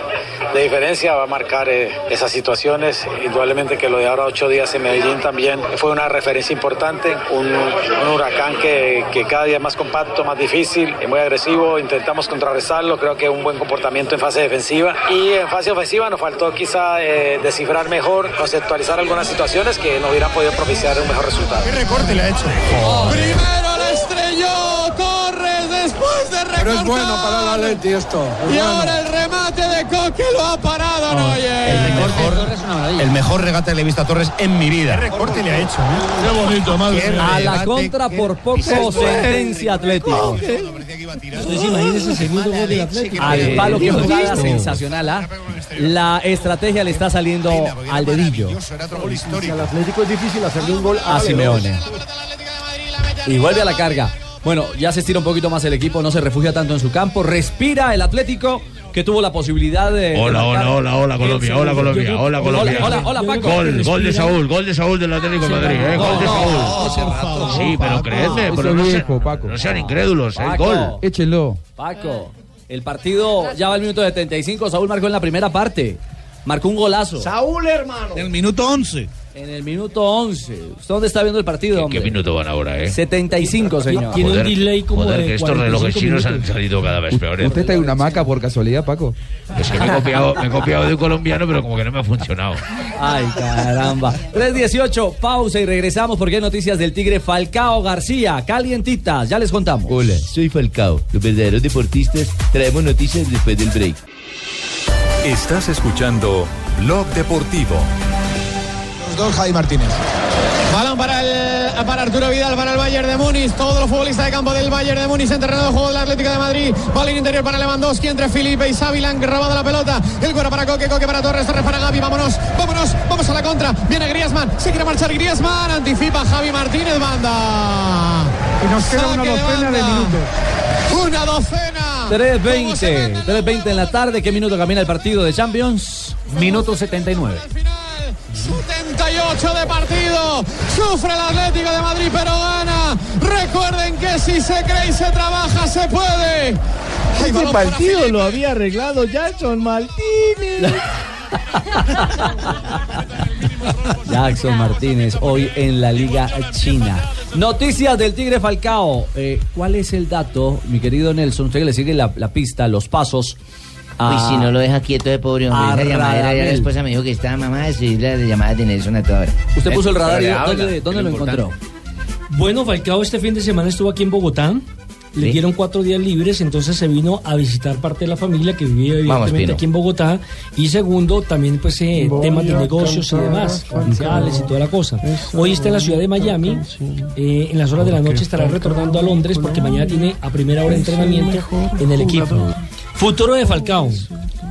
de diferencia va a marcar eh, esas situaciones. Indudablemente que lo de ahora ocho días en Medellín también fue una referencia importante, un, un huracán que, que cada día es más compacto, más difícil, eh, muy agresivo, intentamos contrarrestarlo, creo que un buen comportamiento en fase defensiva y en fase ofensiva nos faltó quizá eh, descifrar mejor, conceptualizar algunas situaciones que nos hubieran podido propiciar un mejor resultado.
recorte le ha hecho?
Primero la estrelló Torres después de recortar. es bueno para la Leti esto. Oh. y ahora el remate de Coque lo ha parado Neuer.
El mejor regate que le he visto a Torres en mi vida. ¿Qué recorte le ha hecho? ¿eh? Qué bonito,
A la contra por poco sentencia Atlético.
iba a tirar.
Usted se imagina ese segundo gol del Atlético.
Al palo que jugada sensacional, ¿ah? La estrategia le está saliendo al dedillo.
Al Atlético es difícil hacerle un gol
A Simeone. Y vuelve a la carga. Bueno, ya se estira un poquito más el equipo, no se refugia tanto en su campo. Respira el Atlético que tuvo la posibilidad de. de
Hola,
marcar
hola, hola, hola Colombia, hola Colombia, hola Colombia.
Hola, hola, Paco.
Gol, gol de Saúl, gol de Saúl del Atlético de Madrid, eh, gol de Saúl. Sí, pero creedme, pero no, se- no sean incrédulos, es
Paco.
gol.
Échenlo.
Paco, el partido ya va al minuto 75. Saúl marcó en la primera parte. Marcó un golazo. Saúl, hermano. En el minuto 11. En el minuto 11. ¿Usted dónde está viendo el partido,
¿Qué
hombre?
minuto van ahora, eh?
75, señor.
Joder, joder, que estos relojes chinos han salido cada vez peores.
¿Usted está en una hamaca por casualidad, Paco?
Es que me he copiado, me he copiado de un colombiano, pero como que no me ha funcionado.
Ay, caramba. 318, pausa y regresamos porque hay noticias del Tigre Falcao García. Calientitas, ya les contamos.
Hola, soy Falcao. Los verdaderos deportistas traemos noticias después del break.
Estás escuchando Blog Deportivo.
Los dos, Javi Martínez. Balón para, el, para Arturo Vidal, para el Bayern de Múnich. Todos los futbolistas de campo del Bayern de Múnich en terreno de juego del Atlético de Madrid. Balón interior para Lewandowski entre Felipe y Sábilan, robado la pelota. El cuero para Coque, Coque para Torres, Torres para Gaby. Vámonos, vámonos, vamos a la contra. Viene Griezmann, se quiere marchar Griezmann. Anticipa Javi Martínez, banda. Y nos queda una docena de, minutos. Una docena.
3.20, 3.20 en la tarde. ¿Qué minuto camina el partido de Champions? Minuto 79.
78 de partido. Sufre el Atlético de Madrid, pero gana. Recuerden que si se cree y se trabaja, se puede. Ahí
Este
balón para
partido lo había arreglado Jackson Martínez.
Jackson Martínez, hoy en la Liga China. Noticias del Tigre Falcao. Eh, ¿Cuál es el dato, mi querido Nelson? Usted que le sigue la, la pista, los pasos.
Uy, si no lo
deja quieto de pobre
hombre, esa llamadera, ya la esposa
me dijo que estaba mamá de
las llamadas de Nelson a toda hora.
Usted puso el radar y
Pero le habla,
¿dónde, dónde
es
lo
importante.
encontró?
Bueno, Falcao este fin de semana estuvo aquí en Bogotá. Le dieron cuatro días libres, entonces se vino a visitar parte de la familia que vivía
Vamos,
evidentemente
Pino.
aquí en Bogotá. Y segundo, también pues eh,
Voy
temas de
a
negocios y
cantar
demás,
a Falcao.
comerciales y toda la cosa. Hoy está en la ciudad de Miami, eh, en las horas de la noche estará retornando a Londres porque mañana tiene a primera hora entrenamiento en el equipo. Futuro de Falcao.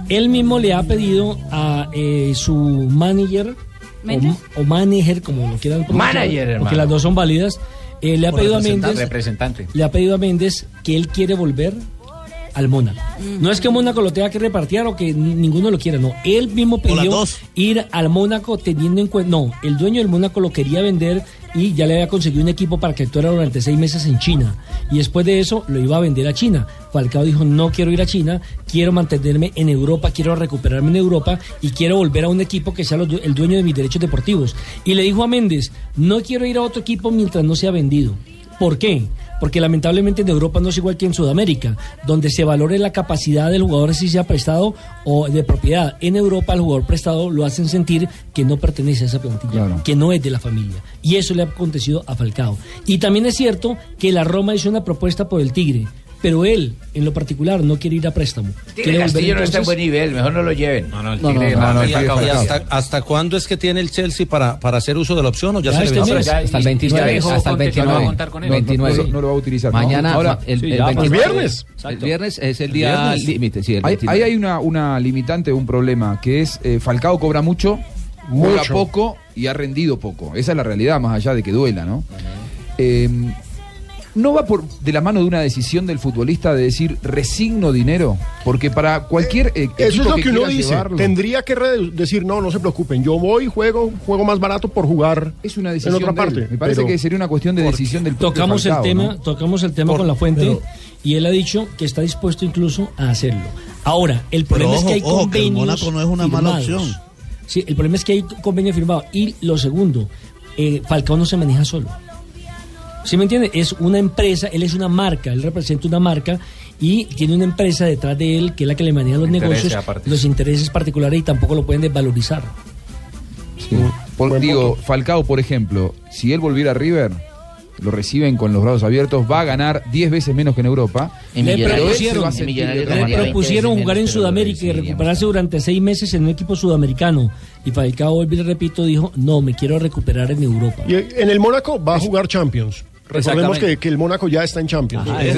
Él mismo le ha pedido a eh, su manager
¿Méndez?
o, o manager, como lo quieran pronunciar,
Manager,
porque
hermano.
las dos son válidas. Eh, le ha pedido a Méndez
Representante.
le ha pedido a Méndez que él quiere volver al Mónaco. No es que Mónaco lo tenga que repartir o que ni- ninguno lo quiera, no. Él mismo pidió ir al Mónaco teniendo en cuenta. No, el dueño del Mónaco lo quería vender y ya le había conseguido un equipo para que actuara durante seis meses en China. Y después de eso lo iba a vender a China. Falcao dijo: No quiero ir a China, quiero mantenerme en Europa, quiero recuperarme en Europa y quiero volver a un equipo que sea los due- el dueño de mis derechos deportivos. Y le dijo a Méndez: No quiero ir a otro equipo mientras no sea vendido. ¿Por qué? Porque lamentablemente en Europa no es igual que en Sudamérica, donde se valore la capacidad del jugador si sea prestado o de propiedad. En Europa el jugador prestado lo hacen sentir que no pertenece a esa plantilla, que no es de la familia. Y eso le ha acontecido a Falcao. Y también es cierto que la Roma hizo una propuesta por el Tigre, pero él en lo particular no quiere ir a préstamo.
Quiere
Quiere volver
Castillo no está en
entonces-
buen nivel, mejor no lo lleven. No, no, el Tigre no,
¿Y, y hasta, hasta cuándo es que tiene el Chelsea para, para hacer uso de la opción o ya,
Ya
se
este
le venció?
mes. Hasta el
Ya
29,
dijo
hasta el
Conte que no va a contar con él.
29.
No lo va a utilizar. ¿no?
Mañana,
Ahora,
el,
sí,
el
ya,
29.
el viernes.
El viernes es el día
Viernes.
límite, sí, el
Ahí,
29.
ahí hay una, una limitante, un problema, que es eh, Falcao cobra mucho, juega
Mucho.
poco y ha rendido poco. Esa es la realidad, más allá de que duela, ¿no? Eh, ¿No va por, de la mano de una decisión del futbolista de decir resigno dinero? Porque para cualquier eh,
Eso
equipo
es lo que, uno
quiera
dice.
llevarlo-
Tendría que redu- decir, no, no se preocupen, yo voy, juego, juego más barato por jugar
es una
en otra parte.
Me parece
pero-
que sería una cuestión de decisión del propio
tocamos
Falcao,
el tema
¿no?
tocamos el tema
Por-
con la fuente
pero-
y él ha dicho que está dispuesto incluso a hacerlo ahora el problema
Pero
es que hay
ojo, ojo, que el
convenios
Mónaco no es una mala
firmados.
opción.
sí el problema es que hay convenios firmados y lo segundo eh, Falcao no se maneja solo ¿Sí me entiende? Es una empresa, él es una marca, él representa una marca y tiene una empresa detrás de él que es la que le maneja los
Intereses
negocios,
aparte.
los intereses particulares y tampoco lo pueden desvalorizar.
Sí. Por- digo, Falcao, por ejemplo, si él volviera a River, lo reciben con los brazos abiertos, va a ganar 10 veces menos que en Europa.
Le
Pero él se
propusieron,
va a sentir
le
de otra manera.
propusieron jugar en Sudamérica y recuperarse durante seis meses en un equipo sudamericano. Y Falcao, vuelvo y repito, dijo, no, me quiero recuperar en Europa.
Y en el Mónaco va a jugar Champions. Recordemos que, que el Mónaco ya está en Champions. Entonces,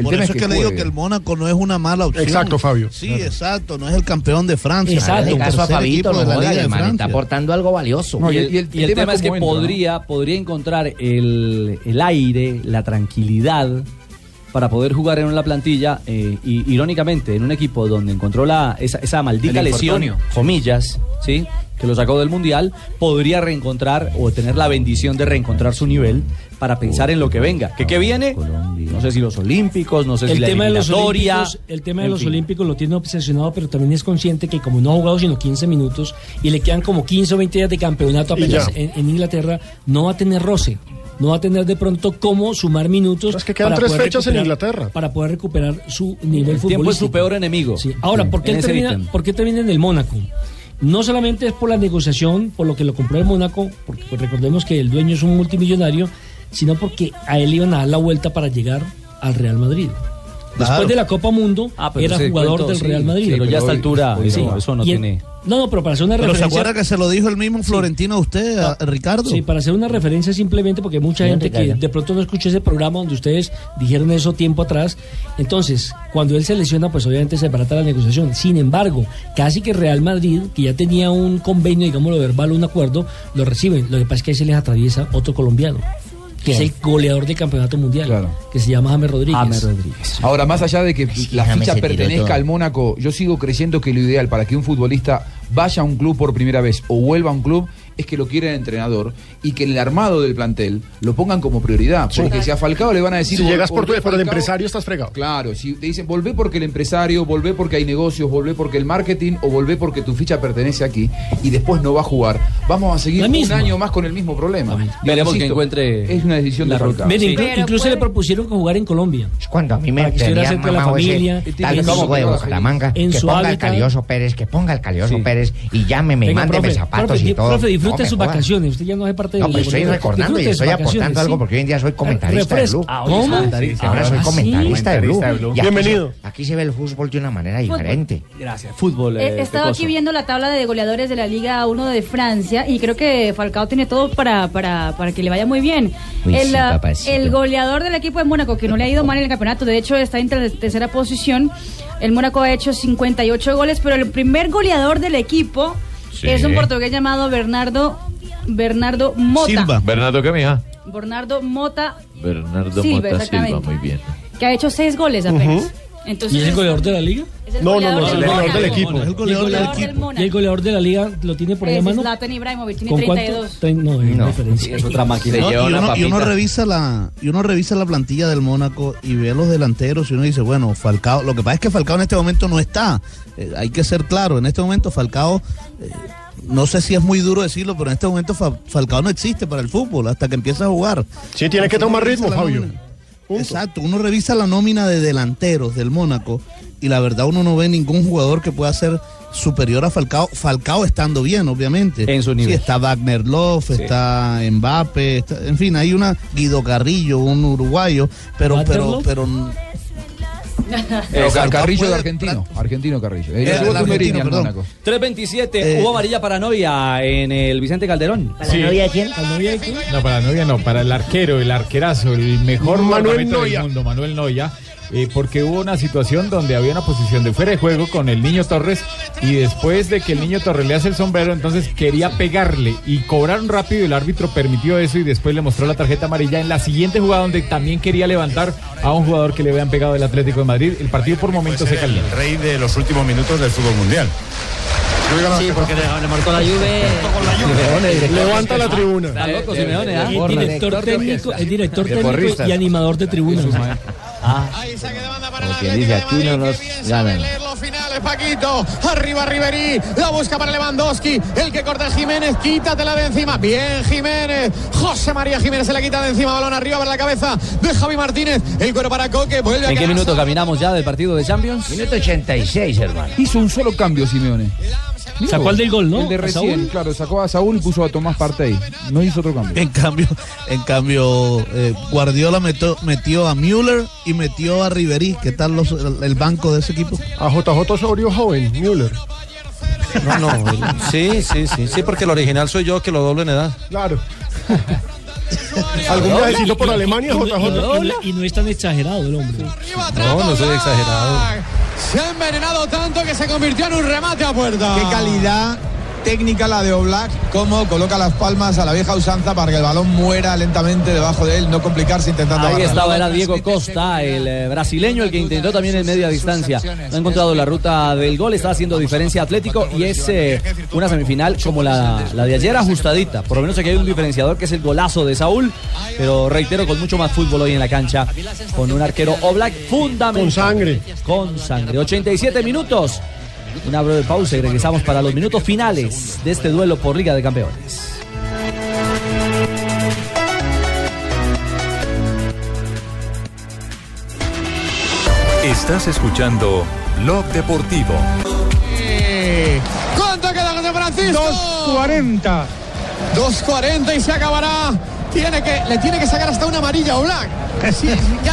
Por eso Eh, es que le digo que el Mónaco no es una mala opción.
Exacto, Fabio.
Sí, exacto, no es el campeón de Francia.
Exacto,
es el
caso a
tercer
Fabito,
equipo
no
de la
jodas,
Liga de
hermano, está
Francia.
aportando algo valioso.
y, el, y el tema es que podría, podría encontrar el, el aire, la tranquilidad para poder jugar en una plantilla, eh, y, irónicamente, en un equipo donde encontró la, esa, esa maldita
El
lesión,
infortunio.
comillas, ¿sí? que lo sacó del Mundial, podría reencontrar o tener la bendición de reencontrar su nivel para pensar en lo que venga. ¿Qué, qué viene? No sé si los Olímpicos, no sé si
el
la
tema de los
eliminatoria,
olímpicos, el tema de
en
los
fin.
olímpicos lo tiene obsesionado, pero también es consciente que como no ha jugado sino 15 minutos y le quedan como 15 o 20 días de campeonato
Y
apenas
ya.
en, en Inglaterra, no va a tener roce. No va a tener de pronto cómo sumar minutos.
Pues que quedan tres
poder
fechas en
recuperar-
Inglaterra.
Para poder recuperar su nivel
El
futbolístico.
tiempo es su peor enemigo.
Ahora, ¿por qué,
En
él
ese
termina,
ítem.
por qué termina en el Mónaco? No solamente es por la negociación, por lo que lo compró el Mónaco, porque pues, recordemos que el dueño es un multimillonario, sino porque a él iban a dar la vuelta para llegar al Real Madrid. Después
Claro.
de la Copa Mundo,
Ah, pero
era
ese
jugador
cuento,
del
sí,
Real Madrid.
sí, pero ya a esta
hoy-
altura,
hoy
eso- eso no
Y en-
tiene-
No, no, pero para hacer una
Pero se
referencia. Ah.
acuerda que se lo dijo el mismo Florentino a usted, a Ricardo.
Sí, para hacer una referencia simplemente porque hay mucha
Bien,
gente que
Ricardo.
de pronto no escuchó ese programa donde ustedes dijeron eso tiempo atrás. Entonces, cuando él se lesiona, pues obviamente se barata la negociación. Sin embargo, casi que Real Madrid, que ya tenía un convenio, digámoslo verbal, un acuerdo, lo reciben. Lo que pasa es que ahí se les atraviesa otro colombiano, que es el goleador del campeonato mundial, que se llama James Rodríguez.
James
Rodríguez.
Ahora, más allá de que la
James
ficha
se tiró
pertenezca
todo.
al Mónaco, yo sigo creyendo que lo ideal para que un futbolista vaya a un club por primera vez o vuelva a un club es que lo quiera el entrenador y que en el armado del plantel lo pongan como prioridad. Porque si a Falcao le van a decir...
Si
"Vol-
llegas por tu-
volvé,
por el
Falcao",
empresario, estás fregado.
Claro, si te dicen volvé porque el empresario, volvé porque hay negocios, volvé porque el marketing o volvé porque tu ficha pertenece aquí y después no va a jugar, vamos a seguir un año más con el mismo problema.
Veremos que
Insisto,
encuentre
Es una decisión de Falcao.
Mire, inclu- incluso le propusieron que jugar en Colombia.
Cuando a mí me
Para que estuviera
tenía
cerca de la
mamá José,
familia.
tal
en
como
su-
juego de Bucaramanga,
en
que
su
ponga el
hábitat.
calioso Pérez, que ponga el calioso Pérez y llámeme, y
Venga,
mándeme
profe,
zapatos
profe,
y
di-
todo.
Profe,
No
disfrute
me
sus
jodas.
vacaciones. Usted ya no hace parte
No,
del
pues estoy
deporte.
recordando y
Disfrute sus
estoy
vacaciones,
aportando algo
sí.
porque hoy en día soy comentarista de
Refresco.
Blue.
Ah, ¿Cómo?
Sí, Ahora soy
Ah, sí.
comentarista de Blue.
Comentarista de Blue.
Y aquí se-
Bienvenido.
Aquí se ve el fútbol de una manera
Fútbol.
diferente.
Gracias. Fútbol.
eh,
He-
este
He estado Eh, aquí viendo la tabla de goleadores de la Liga 1 de Francia y creo que Falcao tiene todo para, para, para que le vaya muy bien.
Uy,
el,
sí,
ah,
papacito.
el goleador del equipo de Mónaco, que no le ha ido mal en el campeonato, de hecho está en ter- tercera posición. El Mónaco ha hecho 58 goles, pero el primer goleador del equipo
Sí.
es un portugués llamado Bernardo, Bernardo Mota.
Bernardo Camija.
Bernardo Mota,
Bernardo
Silva,
Mota Silva,
exactamente.
muy bien.
que ha hecho 6 goles apenas. Entonces,
¿Y es el goleador de la liga?
Es el No, no, no, goleador es el del goleador Mónaco. del equipo.
Y
Es el goleador del equipo.
Y el goleador de la liga lo tiene por ahí a
es
mano.
Zlatan Ibrahimovic, tiene
¿Con cuánto?
32.
Tre- No, es diferencia.
es otra máquina.
No, y, uno, y uno revisa la, y uno revisa la plantilla del Mónaco y ve a los delanteros y uno dice, bueno, Falcao, lo que pasa es que Falcao en este momento no está. Eh, hay que ser claro, en este momento Falcao, eh, no sé si es muy duro decirlo, pero en este momento Fa- Falcao no existe para el fútbol hasta que empieza a jugar.
Sí, tiene que tomar ritmo, Fabio.
Exacto, uno revisa la nómina de delanteros del Mónaco y la verdad uno no ve ningún jugador que pueda ser superior a Falcao, Falcao estando bien, obviamente. En su nivel. Sí, está Wagner Love, está Mbappe, está- en fin, hay una Guido Carrillo, un uruguayo, pero pero
¿Waterloo?
pero
Eh,
Falcao
Carrillo
puede-
de argentino. Argentino Carrillo. Eh,
Eh,
estuvo
el
Tumberini
argentino,
al
perdón. Eh,
Mónaco.
327, hubo amarilla para novia en el Vicente Calderón.
Sí. No, para la novia no, para el arquero, el arquerazo, el mejor
Manuel
guardameta
Neuer.
del mundo, Manuel Noya. porque hubo una situación donde había una posición de fuera de juego con el niño Torres y después de que el niño Torres le hace el sombrero, entonces quería pegarle y cobraron rápido. El árbitro permitió eso y después le mostró la tarjeta amarilla en la siguiente jugada donde también quería levantar a un jugador que le habían pegado del Atlético de Madrid. El partido por momentos se
ser
calienta.
el rey de los últimos minutos del fútbol mundial.
Sí, porque le, marcó la Juve.
Levanta
Ah,
la tribuna.
Está
loco,
Simeone, ¿ah?
Borra.
El director técnico, el director técnico y animador de Ah. tribuna.
Como quien dice, aquí no nos ganan.
Dale, Paquito, arriba Riverí, la busca para Lewandowski, el que corta es Jiménez, quítatela de encima, bien Jiménez, José María Jiménez se la quita de encima, balón arriba para la cabeza de Javi Martínez, el cuero para Coque, vuelve a
¿En qué
quedarse
minuto caminamos ya del partido de Champions?
Minuto 86,
Eh,
hermano.
Hizo un solo cambio Simeone.
Sacó al del gol, ¿no?
El de
¿A
recién,
Saúl?
claro, sacó a Saúl y puso a Tomás Partey. No hizo otro cambio.
En cambio, en cambio eh, Guardiola metió, metió a Müller y metió a Riverí, ¿qué tal los- el, el banco de ese equipo?
A JJ Osorio joven, Müller.
No, no. Sí, sí, sí. Sí, porque el original soy yo que lo doble en edad.
Claro. ¿Algún viajecito por Alemania,
Y no- y no-
JJ?
y no- Y no es tan exagerado el hombre.
No, no soy exagerado.
Se ha envenenado tanto que se convirtió en un remate a puerta.
Qué calidad técnica la de Oblak, cómo coloca las palmas a la vieja usanza para que el balón muera lentamente debajo de él, no complicarse intentando
Ahí
agarrar.
estaba, era Diego Costa, el eh, brasileño, el que intentó también en media distancia. No ha encontrado la ruta del gol, está haciendo diferencia Atlético y es eh, una semifinal como la, la de ayer ajustadita. Por lo menos aquí hay un diferenciador que es el golazo de Saúl, pero reitero, con mucho más fútbol hoy en la cancha, con un arquero Oblak fundamental. Con sangre. Con sangre. 87 minutos. Una breve pausa y regresamos para los minutos finales de este duelo por Liga de Campeones.
Estás escuchando Blog Deportivo.
¿Cuánto queda José Francisco? 2.40. 2.40 y se acabará. Tiene que, le tiene que sacar hasta una amarilla o black.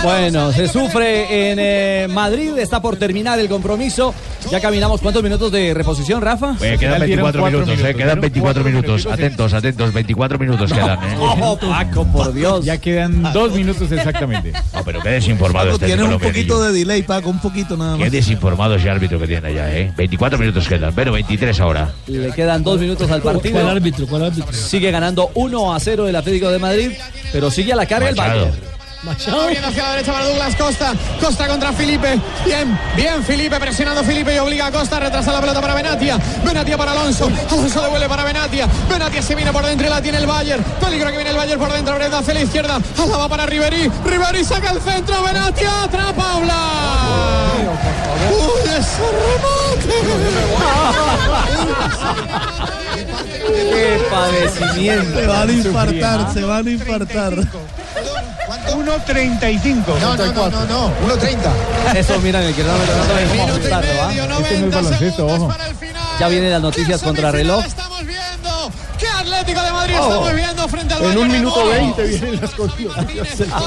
Bueno, se sufre en eh, Madrid, está por terminar el compromiso. Ya caminamos, ¿cuántos minutos de reposición, Rafa?
Oye, Pues, quedan 24 minutos, eh, quedan 24 minutos. Atentos, atentos, 24 minutos quedan, eh.
Oh, Paco, por Dios.
Ya quedan dos minutos exactamente.
No, pero qué desinformado
Paco,
está el
tienes un
colombiano.
poquito de delay, Paco, un poquito nada
Qué
más.
desinformado ese árbitro que tiene allá, eh. 24 minutos quedan, pero 23 ahora.
Le quedan dos minutos al partido.
¿Cuál
árbitro? Sigue ganando 1 a 0 el Atlético de Madrid, pero sigue a la carga el Bayern.
Abriendo hacia la derecha para Douglas Costa. Costa contra Felipe. Bien, bien Felipe presionando Felipe y obliga a Costa a retrasar la pelota para Benatia. Benatia para Alonso. Alonso devuelve para Benatia. Benatia se viene por dentro y la tiene el Bayern. Peligro que viene el Bayern por dentro. Breda hacia la izquierda. Alaba para Ribery. Ribery saca el centro. Benatia atrapa a Oblak. ¡Uy, ese remate!
¡Qué padecimiento!
Se van a infartar, se van a infartar.
1.35. No, no, no, no, no. 1.30.
Eso, mira, en el que no me tratando de cómo ajustarlo, ¿ah?
Este no es baloncesto, ojo.
Ya vienen las noticias contra reloj.
¡Qué Atlético de Madrid estamos viendo frente al
Oh. En
Bayern!
un minuto
¡Gol!
20 vienen las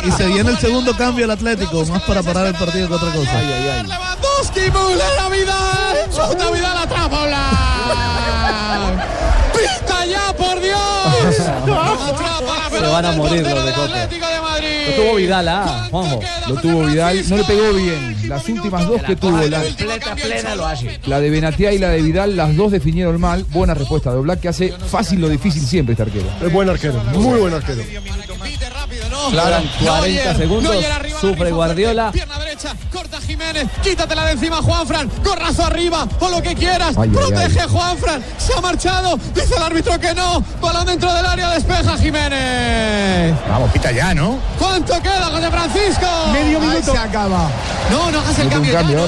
Y se viene el segundo cambio del Atlético, más para parar el partido que otra cosa.
Lewandowski, Müller a Vidal. Chuta Vidal atrapa Black. Pita ya, por Dios. Atrapa la
Se
pelota
van a morir los de Copa.
Atlético de Madrid.
Lo tuvo Vidal, ¿ah? Juanjo.
Lo tuvo Vidal, no le pegó bien. Las últimas dos que tuvo, la,
Completa, plena lo hace.
la de Benatia y la de Vidal, las dos definieron mal. Buena respuesta de Black que hace fácil lo difícil siempre este arquero.
Es buen arquero, muy buen arquero.
Quedan 40 segundos. Sufre Guardiola.
Pierna derecha, corta Jiménez, quítatela de encima Juanfran, corrazo arriba o lo que quieras,
Ay, ay,
protege
ay.
Juanfran, se ha marchado, dice el árbitro que no, balón dentro del área, despeja Jiménez.
Vamos, pita ya, ¿no?
¿Cuánto queda, José Francisco?
Medio minuto.
se acaba. No, no hagas el cambio, ya, ¿no?
No lo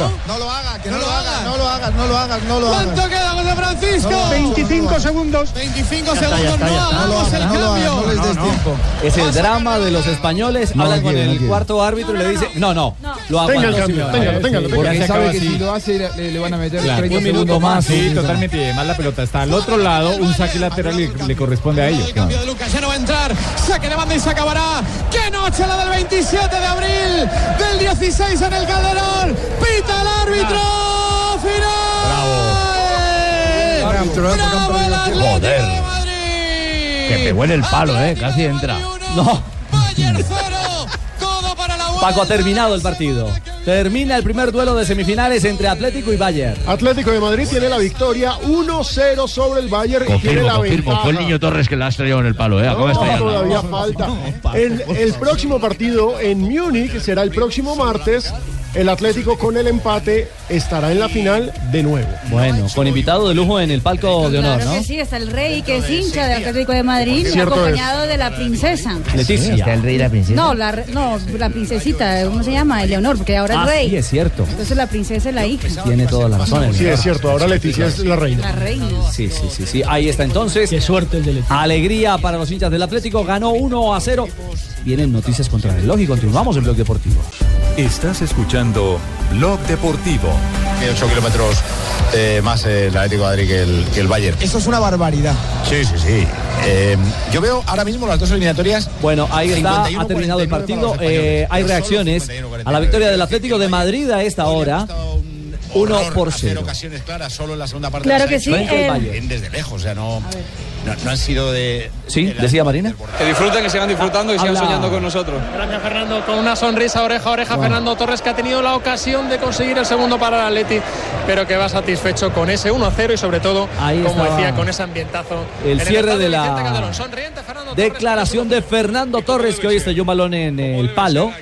hagas, que no, lo hagas, no lo hagas, no lo hagas, no lo hagas.
¿Cuánto queda, José Francisco?
25
segundos. 25
Ya está,
segundos,
ya está, ya
no
está. No lo
hagamos el
hagas, no lo hagas,
cambio.
no les des tiempo.
Es el drama de los españoles.
No
Hablan con
quiere, no
el
quiere.
cuarto árbitro y le dicen, no, no, lo aguanto.
Tenga el cambio,
sí,
téngalo, téngalo,
sí, sí,
téngalo.
porque
Ya
se acaba
sabe que
así.
si lo hace le, le van a meter
Claro.
30
Un minuto
segundos
más,
más.
sí, totalmente. Y además la pelota está al otro lado, un saque lateral y le corresponde a ellos.
de Lucas ya no va a entrar. Saque de banda y se acabará. ¡Qué noche la del 27 de abril! Del 16 en el Calderón. ¡Pita el árbitro! ¡Final! ¡Bravo! el Atlético
Joder.
de Madrid!
Que pegó en el palo, eh. Casi entra.
No.
Bayern cero.
Paco ha terminado el partido. Termina el primer duelo de semifinales entre Atlético y Bayern.
Atlético de Madrid tiene la victoria 1-0 sobre el Bayern y tiene
Confirmo,
la
confirmo.
ventaja.
Fue el niño Torres que la ha estrellado en el palo, eh. Acaba de
No,
estrellarla.
todavía falta. El, el próximo partido en Múnich será el próximo martes. El Atlético con el empate estará en la final de nuevo.
Bueno, con invitado de lujo en el palco de honor,
Claro
¿no?
que sí, está el rey que es hincha del Atlético de Madrid,
Cierto
acompañado de la princesa.
Leticia.
Está el rey y la princesa.
No, la, re- no, la princesita, ¿cómo se llama? Eleonor, porque ahora
Ah,
es rey.
sí, es cierto.
Entonces la princesa es la hija,
Tiene toda la razón.
Sí, es cierto, ahora Leticia es la reina.
la reina.
Sí, sí, sí, sí. Ahí está entonces. Qué suerte el del Alegría para los hinchas del Atlético. Ganó 1 a 0. Vienen noticias contra el reloj y continuamos el blog deportivo.
Estás escuchando Blog Deportivo.
8 kilómetros eh, más el Atlético de Madrid que el, que el Bayern.
Eso es una barbaridad.
Sí, sí, sí. Eh, yo veo ahora mismo las dos eliminatorias.
Bueno, Ahí está, ha terminado el partido. Eh, hay reacciones a la victoria del Atlético de Madrid a esta hora. 1 por 0.
ocasiones claras solo en la segunda parte.
Claro
de la
que sí,
selección.
eh,
Bien desde lejos, o sea, no. no, no han sido de...
Sí, decía Marina.
Que disfruten, que sigan disfrutando
y sigan Habla. soñando
con nosotros.
Gracias Fernando, con una sonrisa oreja a oreja Fernando Torres que ha tenido la ocasión de conseguir el segundo para el Atleti, pero que va satisfecho con ese 1-0 y sobre todo,
Ahí
como
estaba
decía, con ese ambientazo.
El
en
cierre
estadio
de la-
Vicente Calderón.
Declaración de Fernando Torres, que hoy estalló un balón en el palo.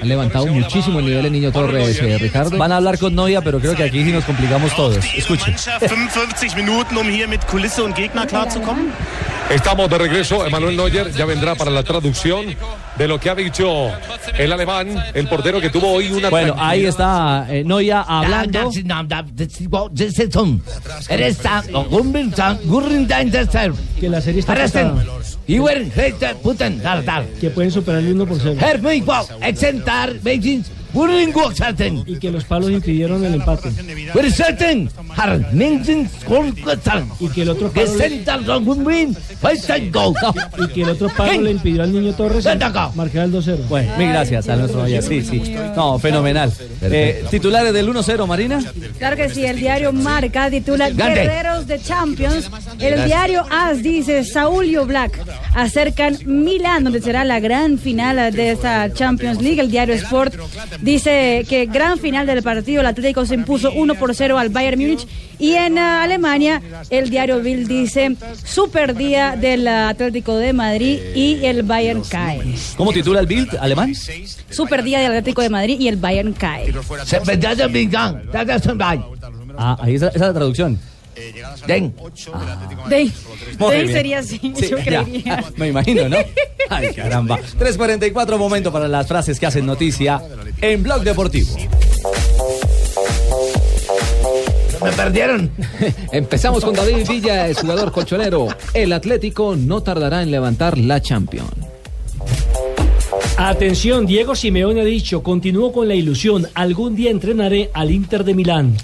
Ha levantado muchísimo el nivel el niño Torres, eh, Ricardo.
Van a hablar con Noia, pero creo que aquí sí nos complicamos todos. Escuchen.
55 Minuten, um hier mit Kulisse und Gegner klarzukommen?
Estamos de regreso. Emanuel Neuer ya vendrá para la traducción de lo que ha dicho el alemán, el portero que tuvo hoy una.
Bueno, ahí está eh, Noia
Da-
hablando.
das- na- da- das- wow, das ist um. Er ist da- Gurren- da- Gurren- da- das- da- Arresten. Y bueno, reita- putan, dar- dar.
Que pueden superar el 1 por 0.
Herr Müller, wow, exentar, Beijing, Gurren- Gurren- Sarten.
Y que los palos impidieron el empate.
Gurren- Sarten. Har- Minden- Gurren- Sarten. Gesentar, Gurren- Gurren-
Pues
Weißen- Go.
Y que el otro palo le impidió al niño Torres marcar el 2-0.
Bueno, mil gracias a nuestro Noia. Sí, sí. No, fenomenal. Eh, titulares del 1-0, Marina.
Claro que
Este,
sí, el diario Marca titula
Gigante.
Guerreros de Champions. El
Gracias.
diario AS dice Saulio Black acercan Milán, donde será la gran final de esta Champions League. El diario Sport dice que gran final del partido, el Atlético se impuso 1 por 0 al Bayern Múnich. Y en ah, Alemania, el diario Bild dice super día del Atlético de Madrid
Eh,
y el Bayern cae.
¿Cómo titula el Bild alemán?
Super día del Atlético de Madrid y el Bayern cae.
Se- da- da- Bingang, da- da- Sunbein.
Ah, ahí está, esa es la traducción.
Den.
De,
Muy
de-
bien.
sería así,
Sí,
yo
ya.
creería.
Me imagino, ¿no? Ay, caramba. 3.44, momento para las frases que hacen noticia en Blog Deportivo.
Me perdieron.
Empezamos con David Villa, el jugador colchonero. El Atlético no tardará en levantar la Champions.
Atención, Diego Simeone ha dicho, continúo con la ilusión, algún día entrenaré al Inter de Milán.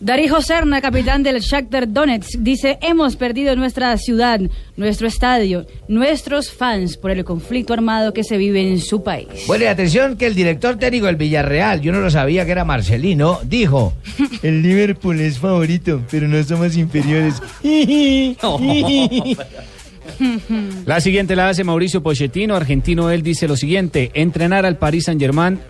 Darijo Serna, capitán del Shakhtar Donetsk, dice, hemos perdido nuestra ciudad, nuestro estadio, nuestros fans por el conflicto armado que se vive en su país.
Bueno, y atención que el director técnico del Villarreal, yo no lo sabía que era Marcelino, dijo, el Liverpool es favorito, pero no somos inferiores.
Hmm.
La siguiente la hace Mauricio Pochettino, argentino. Él dice lo siguiente: entrenar al Paris Saint-Germain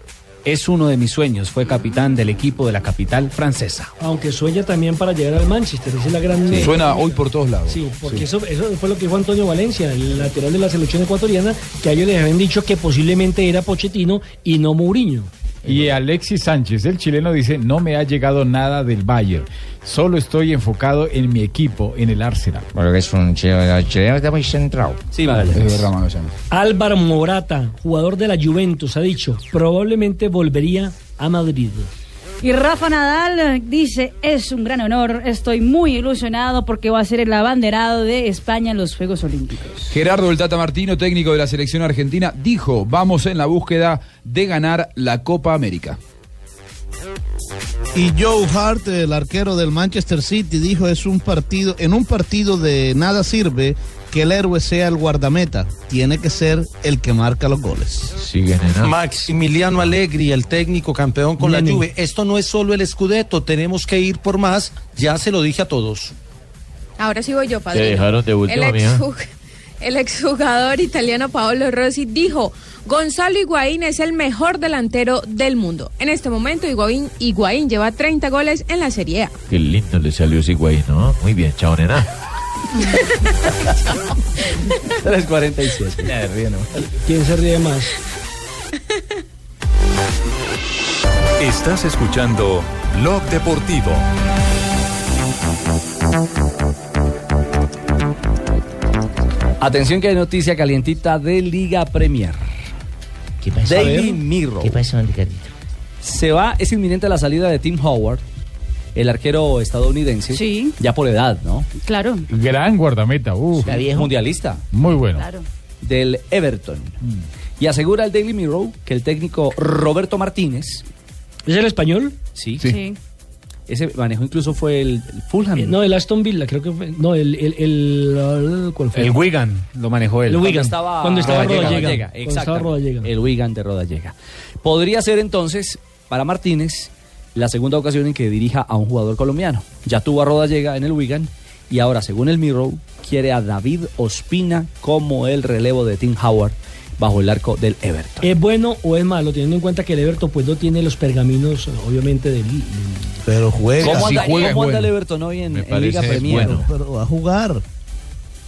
es uno de mis sueños. Fue capitán del equipo de la capital francesa.
Aunque sueña también para llegar al Manchester, esa es la gran...
Suena hoy por todos lados.
Sí, porque Eso, eso fue lo que dijo Antonio Valencia, el lateral de la selección ecuatoriana, que a ellos les habían dicho que posiblemente era Pochettino y no Mourinho.
Y Alexis Sánchez, el chileno, dice, no me ha llegado nada del Bayern. Solo estoy enfocado en mi equipo, en el Arsenal.
Bueno, que es un chileno, el chileno está muy centrado.
Sí,
Es verdad, Manuel Sánchez.
Álvaro Morata, jugador de la Juventus, ha dicho, probablemente volvería a Madrid.
Y Rafa Nadal eh, dice, es un gran honor, estoy muy ilusionado porque va a ser el abanderado de España en los Juegos Olímpicos.
Gerardo el Tata Martino, técnico de la selección argentina, dijo, vamos en la búsqueda de ganar la Copa América.
Y Joe Hart, el arquero del Manchester City, dijo es un partido, en un partido de nada sirve que el héroe sea el guardameta, tiene que ser el que marca los goles.
Maximiliano Allegri, el técnico campeón con la
Nene.
Juve. Esto no es solo el Scudetto, tenemos que ir por más. Ya se lo dije a todos.
Ahora sí voy yo, padre.
dejaron de última,
el,
mija.
exjug- el exjugador italiano Paolo Rossi dijo, Gonzalo Higuaín es el mejor delantero del mundo. En este momento Higuaín, Higuaín lleva 30 goles en la Serie A.
Qué lindo le salió ese güey,
Ah,
¿no? Muy bien, chao, nena.
3.47.
¿Quién se ríe más?
Estás escuchando Blog Deportivo.
Atención que hay noticia calientita de Liga Premier. ¿Qué
pasó?
Daily
A ver.
Mirror.
¿Qué pasó,
Se va, es inminente la salida de Tim Howard, el arquero estadounidense.
Sí.
Ya por edad, ¿no?
Claro.
Gran guardameta, uh,
Está viejo. Mundialista.
Muy bueno. Mm.
Del Everton. Y asegura el Daily Mirror que el técnico Roberto Martínez.
¿Es el español?
Sí.
Sí.
Ese manejo incluso fue el, el Fulham.
Eh, no, el Aston Villa, creo que fue. No, el. el, el- el- ¿Cuál fue?
El Wigan lo manejó él.
El Wigan.
Cuando estaba,
Cuando estaba Rodallega. Cuando
Exacto.
estaba
El Wigan de Rodallega. Podría ser entonces, para Martínez, la segunda ocasión en que dirija a un jugador colombiano. Ya tuvo a Rodallega en el Wigan Y ahora, según el Mirror, quiere a David Ospina como el relevo de Tim Howard bajo el arco del Everton.
¿Es bueno o es malo? Teniendo en cuenta que el Everton pues no tiene los pergaminos, obviamente, del...
Pero juega.
¿Cómo
si
anda,
juega,
cómo anda
bueno.
el Everton hoy en,
Me
en
parece
Liga Premier?
bueno. Pero va a jugar.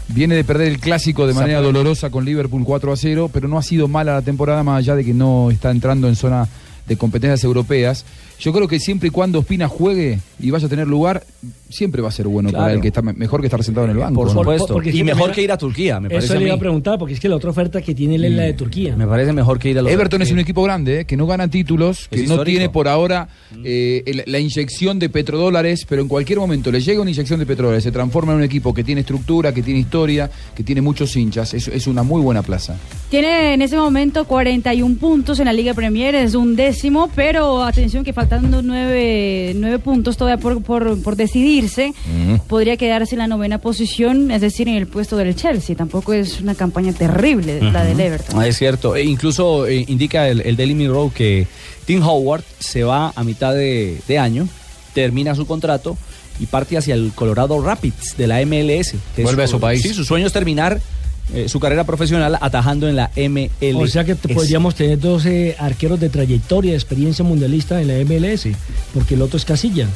Viene de perder el clásico de manera dolorosa con Liverpool 4 a 0, pero no ha sido mala la temporada, más allá de que no está entrando en zona de competencias europeas. Yo creo que siempre y cuando Ospina juegue y vaya a tener lugar, siempre va a ser bueno para
Claro.
el que está me- mejor que estar sentado en el banco.
Por
¿no?
supuesto. y mejor que ir a Turquía, me parece
Eso
a
le iba a
mí.
preguntar, porque es que la otra oferta que tiene él es la de Turquía.
Mm. Me parece mejor que ir a los
Everton es un equipo grande, eh, que no gana títulos, que no
histórico.
tiene por ahora eh, el- la inyección de petrodólares, pero en cualquier momento le llega una inyección de petrodólares, se transforma en un equipo que tiene estructura, que tiene historia, que tiene muchos hinchas. Es, es una muy buena plaza.
Tiene en ese momento 41 puntos en la Liga Premier, es un décimo, pero atención que faltan unos nueve, nueve puntos todavía por, por, por decidirse. Podría quedarse en la novena posición, es decir, en el puesto del Chelsea. Tampoco es una campaña terrible la del Everton.
Ah, es cierto. E incluso eh, indica el, el Daily Mirror que Tim Howard se va a mitad de, de año, termina su contrato y parte hacia el Colorado Rapids de la MLS. que es
Vuelve a su país.
Sí, su sueño es terminar eh, su carrera profesional atajando en la MLS.
O sea que te- podríamos tener 12 arqueros de trayectoria, de experiencia mundialista en la MLS, porque el otro es Casilla.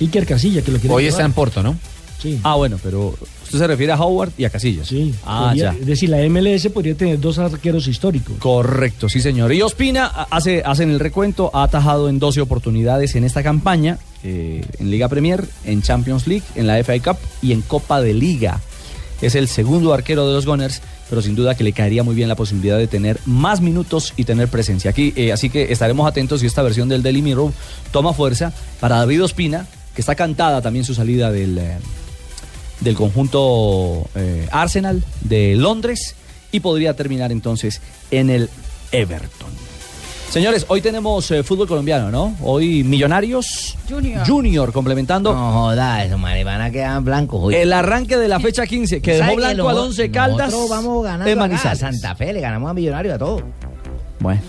Iker Casilla, que lo quiere
Hoy está en
Porto, ¿no?
Sí.
Ah, bueno, pero usted se refiere a Howard y a Casillas. Sí. Ah,
Podría-
ya.
Es decir, la MLS podría tener dos arqueros históricos.
Correcto, sí señor. Y Ospina a- hace, hacen el recuento, ha atajado en 12 oportunidades en esta campaña, eh, en Liga Premier, en Champions League, en la FA Cup y en Copa de Liga. Es el segundo arquero de los Gunners, pero sin duda que le caería muy bien la posibilidad de tener más minutos y tener presencia aquí. eh, así que estaremos atentos si esta versión del Daily Mirror toma fuerza para David Ospina, que está cantada también su salida del... eh, del conjunto eh, Arsenal de Londres y podría terminar entonces en el Everton. Señores, hoy tenemos eh, fútbol colombiano, ¿no? Hoy Millonarios
Junior,
complementando.
No joda, eso, madre, Ah, van a quedar blancos hoy.
El arranque de la fecha 15, que dejó
¿Sabe
blanco
lo-
al Once Caldas.
Nosotros vamos ganando
en
acá,
Manizales.
a Santa Fe, le ganamos a Millonarios a todos.
Bueno,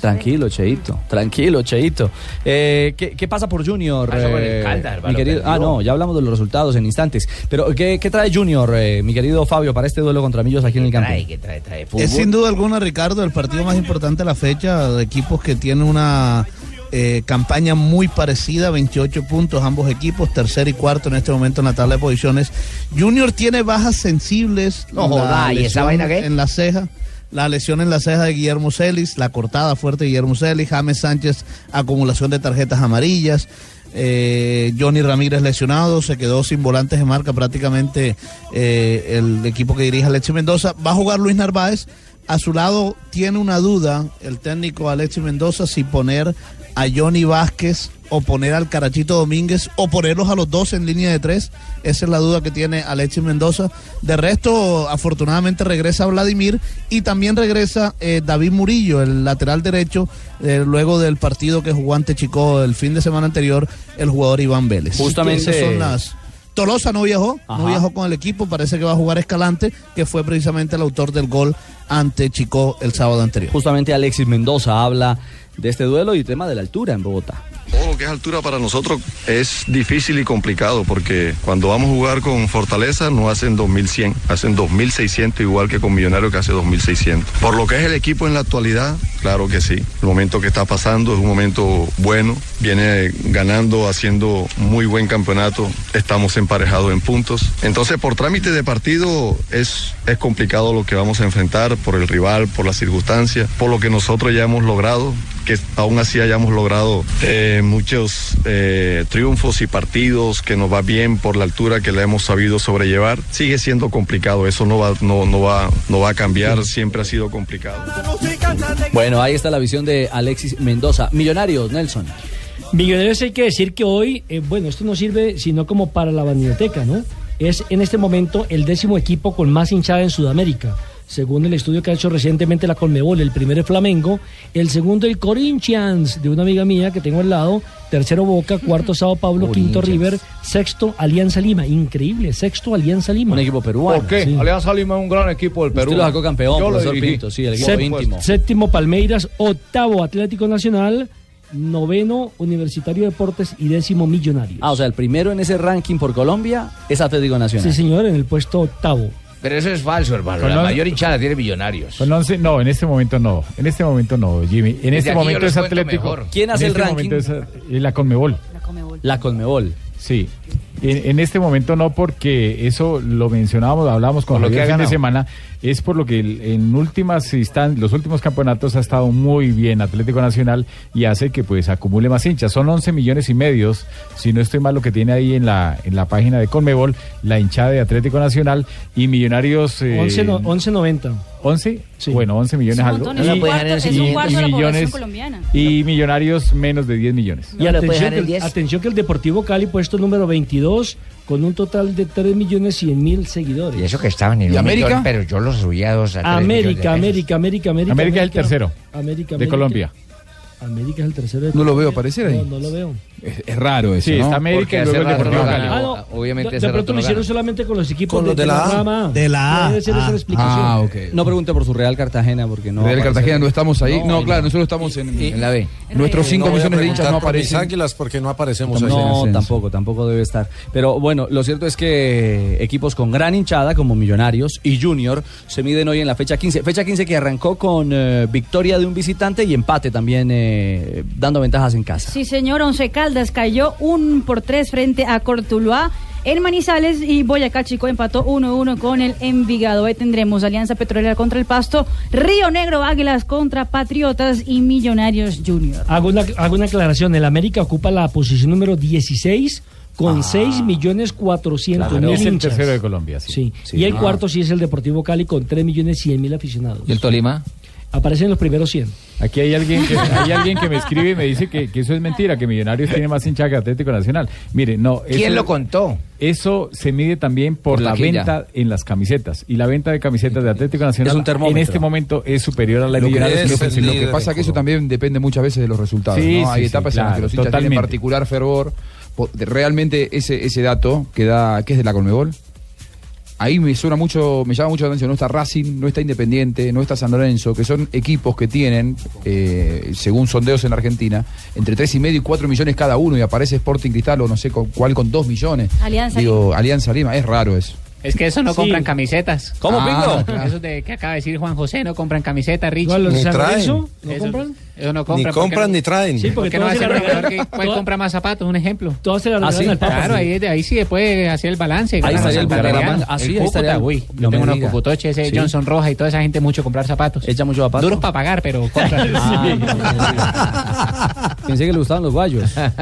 tranquilo, Cheito. Tranquilo, Cheito. Eh, ¿qué, qué pasa por Junior?
Pasa con
eh,
el Caldas,
mi
Álvaro,
querido- ah,
perdió.
no, ya hablamos de los resultados en instantes. Pero, ¿qué, qué trae Junior, eh, mi querido Fabio, para este duelo contra Millos aquí en el campo?
Trae, que trae, trae. Fútbol.
Es sin duda alguna, Ricardo, el partido más importante de la fecha de equipos que tienen una eh, campaña muy parecida, 28 puntos ambos equipos, tercer y cuarto en este momento en la tabla de posiciones. Junior tiene bajas sensibles.
No
la
joda, ¿y esa
lesión
vaina qué?
En la ceja. La lesión en la ceja de Guillermo Celis, la cortada fuerte de Guillermo Celis, James Sánchez, acumulación de tarjetas amarillas, eh, Johnny Ramírez lesionado, se quedó sin volantes de marca prácticamente eh, el equipo que dirige Alexis Mendoza. Va a jugar Luis Narváez, a su lado tiene una duda el técnico Alexis Mendoza si poner a Johnny Vázquez o poner al Carachito Domínguez o ponerlos a los dos en línea de tres. Esa es la duda que tiene Alexis Mendoza. De resto, afortunadamente regresa Vladimir y también regresa eh, David Murillo, el lateral derecho, eh, luego del partido que jugó ante Chico el fin de semana anterior, el jugador Iván Vélez. Así que
Justamente-
Esas son las... Tolosa no viajó,
Ajá.
no viajó con el equipo, parece que va a jugar Escalante, que fue precisamente el autor del gol Ah, ante Chico el sábado anterior.
Justamente Alexis Mendoza habla de este duelo y tema de la altura en Bogotá.
Todo lo que es altura para nosotros es difícil y complicado porque cuando vamos a jugar con Fortaleza no hacen 2100, hacen 2600 igual que con Millonario que hace 2600. Por lo que es el equipo en la actualidad, claro que sí. El momento que está pasando es un momento bueno, viene ganando, haciendo muy buen campeonato, estamos emparejados en puntos. Entonces por trámite de partido es, es complicado lo que vamos a enfrentar por el rival, por las circunstancias, por lo que nosotros ya hemos logrado, que aún así hayamos logrado eh, muchos eh, triunfos y partidos, que nos va bien por la altura que la hemos sabido sobrellevar, sigue siendo complicado, eso no va, no, no va, no va a cambiar, siempre ha sido complicado.
Bueno, ahí está la visión de Alexis Mendoza. Millonarios, Nelson.
Millonarios hay que decir que hoy, eh, bueno, esto no sirve sino como para la vanidoteca, ¿no? Es en este momento el décimo equipo con más hinchada en Sudamérica. Según el estudio que ha hecho recientemente la Colmebol, el primero es Flamengo, el segundo el Corinthians, de una amiga mía que tengo al lado, tercero Boca, cuarto Sao Paulo, quinto River, sexto Alianza Lima, increíble, sexto Alianza Lima. Un
equipo peruano.
¿Por qué? Alianza Lima es un gran equipo del Perú.
lo sacó campeón,
Yo lo
profesor
dirigí. pues,
Pinto, sí, el equipo
Por
Sep-
supuesto.
Séptimo Palmeiras, octavo Atlético Nacional, noveno Universitario de Deportes y décimo Millonario.
Ah, o sea, el primero en ese ranking por Colombia es Atlético Nacional.
Sí, señor, en el puesto octavo.
Pero eso es falso, hermano.
Con
La
los-
mayor hinchada tiene millonarios.
Con 11, no, en este momento no. En este momento no, Jimmy. En
Desde
este
aquí yo
momento
les
es
cuento
Atlético.
mejor. ¿Quién hace
En
el
este
ranking?
momento es, eh, la Conmebol.
La Conmebol.
Sí. En, en este momento no, porque eso lo mencionábamos, hablábamos con
Por lo
Javier
que ha
el fin de
ganado.
semana. Es por lo que el- en últimas instan- los últimos campeonatos ha estado muy bien Atlético Nacional y hace que pues acumule más hinchas. Son 11 millones y medios, si no estoy mal, lo que tiene ahí en la, en la página de Conmebol, la hinchada de Atlético Nacional y Millonarios. eh,
11 no- 11.90.
11, bueno, 11 millones
Es un
algo.
montón, es un
Y-
cuarto- es un
y- y
cuarto de la población
millones-
colombiana.
Y millonarios menos de 10 millones.
Y atención, que el, atención que el Deportivo Cali puesto número 22 con un total de 3 millones 100 mil seguidores.
Y eso que estaban en
¿Y
un
América?
millón, pero yo los subí a dos. A tres millones de
América,
pesos.
América, América, América.
América es el tercero
América,
de
América.
Colombia.
América es el tercero. de
No lo veo
Colombia.
aparecer ahí.
No, no lo veo.
Es, es raro eso.
Sí,
¿no?
está América
Porque
y luego
hace
el
rato
Deportivo
no
Cali.
gana.
Ah, no.
obviamente
de,
hace
de
rato
pronto
no
lo hicieron
ganan.
solamente con los equipos
Con los de la A.
rama
De la A.
Debe ser esa
Ah,
la explicación.
ah, ok.
No pregunte por su Real Cartagena porque no.
Real
aparece.
Cartagena no estamos ahí.
No,
No,
no.
claro, nosotros estamos en,
en la B.
Nuestros
Eh, No
5
voy a
millones de
preguntar
hinchas no
por mis
aparecen.
águilas
porque no aparecemos
No, tampoco, tampoco debe estar. Pero bueno, lo cierto es que equipos con gran hinchada como Millonarios y Junior se miden hoy en la fecha 15. Fecha 15 que arrancó con eh, victoria de un visitante y empate también eh, dando ventajas en casa.
Sí, señor, Once Caldas cayó un por tres frente a Cortuluá. En Manizales y Boyacá Chico empató 1-1 con el Envigado. Ahí tendremos Alianza Petrolera contra el Pasto, Río Negro Águilas contra Patriotas y Millonarios Junior.
Hago una, hago una aclaración. El América ocupa la posición número 16 con 6 millones 400 mil
Ah. Es el
hinchas.
tercero de Colombia, sí. Ah.
Sí. y el cuarto sí es el Deportivo Cali con 3 millones 100 mil aficionados.
¿Y el Tolima?
Aparecen los primeros 100.
Aquí hay alguien que, hay alguien que me escribe y me dice que, que eso es mentira, que Millonarios tiene más hinchada que Atlético Nacional. Mire, no.
¿Quién
eso-
lo contó?
Eso se mide también por,
Por
la
taquilla.
venta en las camisetas. Y la venta de camisetas de Atlético Nacional
Es un termómetro.
en este momento es superior a la de
Lo que,
Millonarios.
es, lo que pasa que eso también depende muchas veces de los resultados.
Sí,
¿no? Hay
sí, sí,
etapas en las que
claro,
los hinchas tienen
totalmente.
particular fervor. Po- de- Realmente ese, ese dato que da, que es de la Colmebol, ahí me suena mucho, me llama mucho la atención. No está Racing, no está Independiente, no está San Lorenzo, que son equipos que tienen, eh, según sondeos en la Argentina, entre 3,5 y medio y 4 millones cada uno, y aparece Sporting Cristal o no sé con, cuál con 2 millones.
Alianza
Digo, Alianza Lima, es raro eso. Ah,
Es que eso no
Sí.
compran camisetas.
¿Cómo,
Ah,
Pingo?
claro. Eso de que acaba de decir Juan José, no compran camisetas, Rich.
Igual los Ni San traen.
Eso,
Lorenzo,
¿no compran?
Eso no compran.
Ni compran ni traen. Sí, porque todas
porque no
se
hace el
la
regalador
regalan.
que cuál compra más zapatos, un ejemplo. Ah,
Todas se la
regalan al Papa,
Claro,
sí.
ahí, ahí sí se puede hacer el balance.
Ahí
Claro,
estaría el
Santa
programa.
Mariana,
Ah, sí,
el
ahí estaría,
Cúcuta.
uy,
Yo
no me
tengo unos
diga.
cocotoches, ese
Sí.
Johnson Roja y toda esa gente mucho comprar zapatos.
Echa mucho zapatos.
Duros para pagar, pero compran. Ah,
Pensé que le gustaban los guayos.
Eh,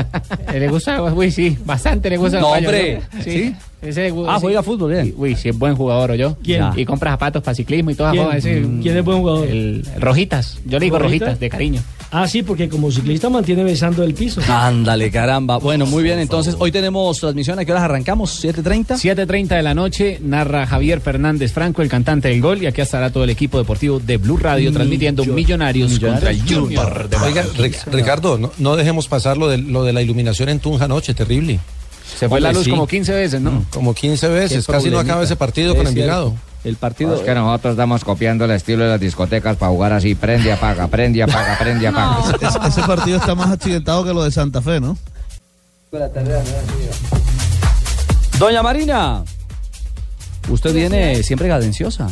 le gusta, uy, sí, bastante le gusta.
No,
caballo,
hombre.
¿no? Sí.
¿Sí?
Ese,
Ah, juega fútbol, bien.
Uy, sí, es buen jugador, yo.
¿Quién?
Y compra zapatos para ciclismo y todas
¿Quién?
cosas. ese-
Mm.
¿Quién es buen jugador?
El Rojitas. Yo le digo Rojitas, de cariño.
Ah, sí, porque como ciclista mantiene besando el piso.
Ándale, caramba. Bueno, muy bien, entonces hoy tenemos transmisión. ¿A qué horas arrancamos? ¿7.30?
7.30 de la noche, narra Javier Fernández Franco, el cantante del gol, y aquí estará todo el equipo deportivo de Blue Radio transmitiendo Millonarios, contra el Junior.
Oiga, Ric- Ricardo, no, no dejemos pasar lo de, lo de la iluminación en Tunja anoche, terrible.
Se fue la luz como 15 veces, ¿no?
Como 15 veces,
Qué
casi no
problemita.
acaba ese partido
Es
con
cierto.
Envigado.
El
Es que nosotros estamos copiando el estilo de las discotecas para jugar así. Prende, apaga, prende, apaga, prende, apaga.
Ese, ese partido está más accidentado que lo de Santa Fe, ¿no?
Doña Marina, usted viene siempre cadenciosa.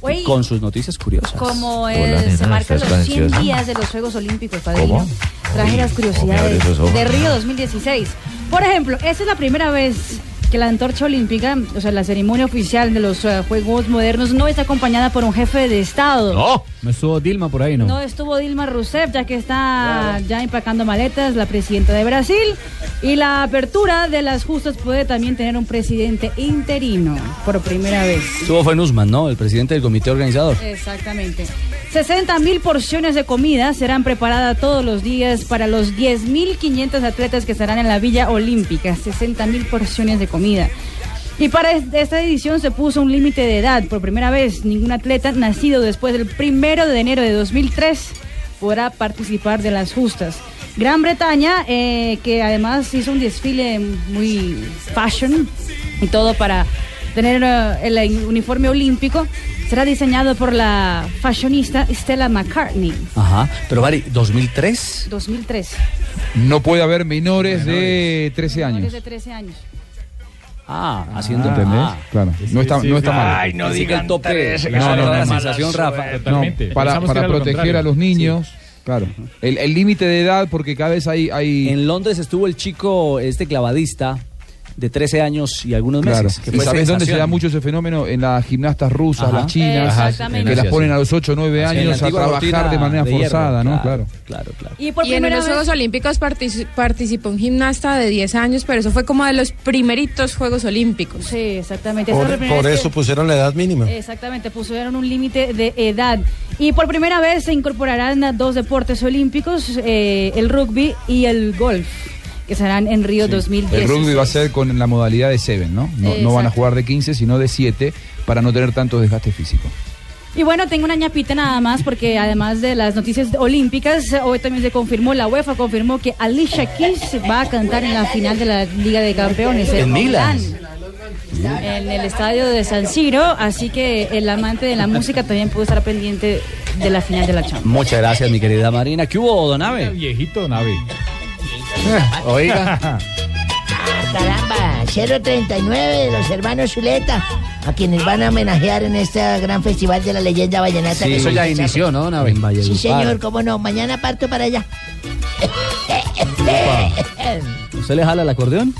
Oye,
Con sus noticias curiosas.
como
Hola,
eh,
nena,
se marcan
¿estás
los 100
ansiosa?
días de los Juegos Olímpicos, padrino,
¿Cómo?
traje las
abre
curiosidades
esos ojos.
de Río 2016. Por ejemplo, esta es la primera vez que la antorcha olímpica, o sea, la ceremonia oficial de los eh, Juegos Modernos, no está acompañada por un jefe de Estado.
No estuvo Dilma por ahí,
No.
¿no?
estuvo Dilma Rousseff, ya que está ya empacando maletas, la presidenta de Brasil. Y la apertura de las justas puede también tener un presidente interino por primera vez.
Estuvo fue Nusman, ¿no? El presidente del comité organizador.
Exactamente. 60 mil porciones de comida serán preparadas todos los días para los 10.500 atletas que estarán en la Villa Olímpica. 60 mil porciones de comida. Y para es- esta edición se puso un límite de edad. Por primera vez, ningún atleta nacido después del primero de enero de 2003 podrá participar de las justas. Gran Bretaña, eh, que además hizo un desfile muy fashion y todo para tener eh, el uniforme olímpico. Será diseñado por la fashionista Stella McCartney,
Ajá. Pero Mari, 2003.
2003,
No puede haber menores, de 13 años.
desde 13 años.
Ah, haciendo.
¿Entendés?
ah.
Claro. No está, no está mal.
Ay, no digan el tope.
No, no, no,
la
no.
sensación, Rafa.
No, para
Pensamos que
para
era lo
proteger
contrario.
a los niños. Claro. El el límite de edad, porque cada vez hay. hay...
En Londres estuvo el chico, este clavadista, de 13 años y algunos
Claro.
meses. que
¿Y
fue
sabes dónde se
sensación.
da mucho ese fenómeno? En las gimnastas rusas,
Ajá.
las chinas,
Exactamente.
que las
Gracias,
ponen
sí.
a los 8 o 9
Así, en la
años a
antigua
trabajar
rutina
de manera
de hierro,
forzada, ¿no?
claro,
Claro.
Claro, claro.
Y, por
Y en
primera
unos
vez-
Juegos Olímpicos partici- participó un gimnasta de 10 años, pero eso fue como de los primeritos Juegos Olímpicos.
Sí, exactamente. Esa fue la
Por,
primera
por
vez
eso pusieron la edad mínima.
Exactamente, pusieron un límite de edad. Y por primera vez se incorporarán a dos deportes olímpicos, eh, el rugby y el golf, que serán en Río 2010.
El rugby va a ser con la modalidad de 7, ¿no? No, no van a
Exacto.
jugar de 15, sino de 7 para no tener tanto desgaste físico.
Y bueno, tengo una ñapita nada más, porque además de las noticias olímpicas, hoy también se confirmó, la UEFA confirmó que Alicia Keys va a cantar en la final de la Liga de Campeones.
En Milán.
En el estadio de San Siro, así que el amante de la música también puede estar pendiente de la final de la Champions.
Muchas gracias, mi querida Marina. ¿Qué hubo, Donave?
Viejito Donave.
Eh.
Oiga.
Caramba, 039 de los hermanos Zuleta, a quienes van a homenajear en este gran festival de la leyenda vallenata. que
eso
se
ya
realiza.
inició, ¿no, Donave?
Sí, señor, cómo no. Mañana parto para allá.
¿Usted le jala el acordeón?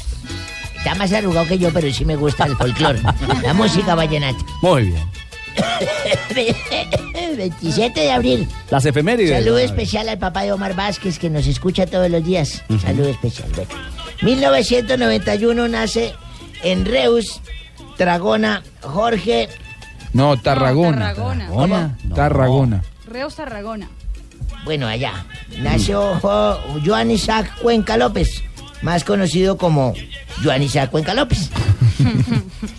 Está más arrugado que yo, pero sí me gusta el folclore. la música vallenata.
Muy bien.
27 de abril.
Las efemérides.
Saludo
Donave.
especial al papá de Omar Vázquez, que nos escucha todos los días. Saludo especial. bueno. 1991 nace en Reus, Tragona, Jorge
No, Tarragona.
Tarragona.
Tarragona. Tarragona.
Reos Tarragona.
Bueno, allá. Nació Jo- Joan Isaac Cuenca López, más conocido como Joan Isaac Cuenca López.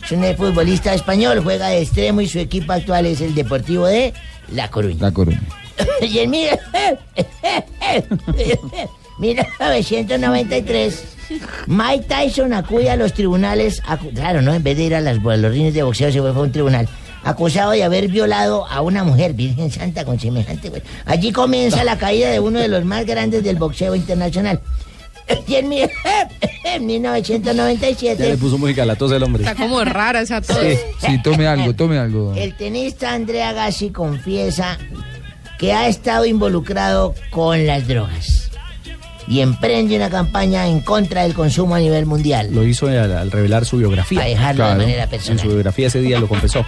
es un futbolista español, juega de extremo y su equipo actual es el Deportivo de La Coruña.
La Coruña.
y en mil- 1993, Mike Tyson acude a los tribunales, acu- claro, ¿no? En vez de ir a, las, a los rines de boxeo, se fue a un tribunal. Acusado de haber violado a una mujer, Virgen Santa, con semejante. güey. Allí comienza la caída de uno de los más grandes del boxeo internacional. Y en, mi- en 1997.
Ya le puso música a la tos del hombre.
como rara esa
Sí, sí, tome algo, tome algo.
el tenista Andrea Gassi confiesa que ha estado involucrado con las drogas y emprende una campaña en contra del consumo a nivel mundial.
Lo hizo al, al revelar su biografía.
Para dejarlo de manera personal.
En su biografía ese día lo confesó.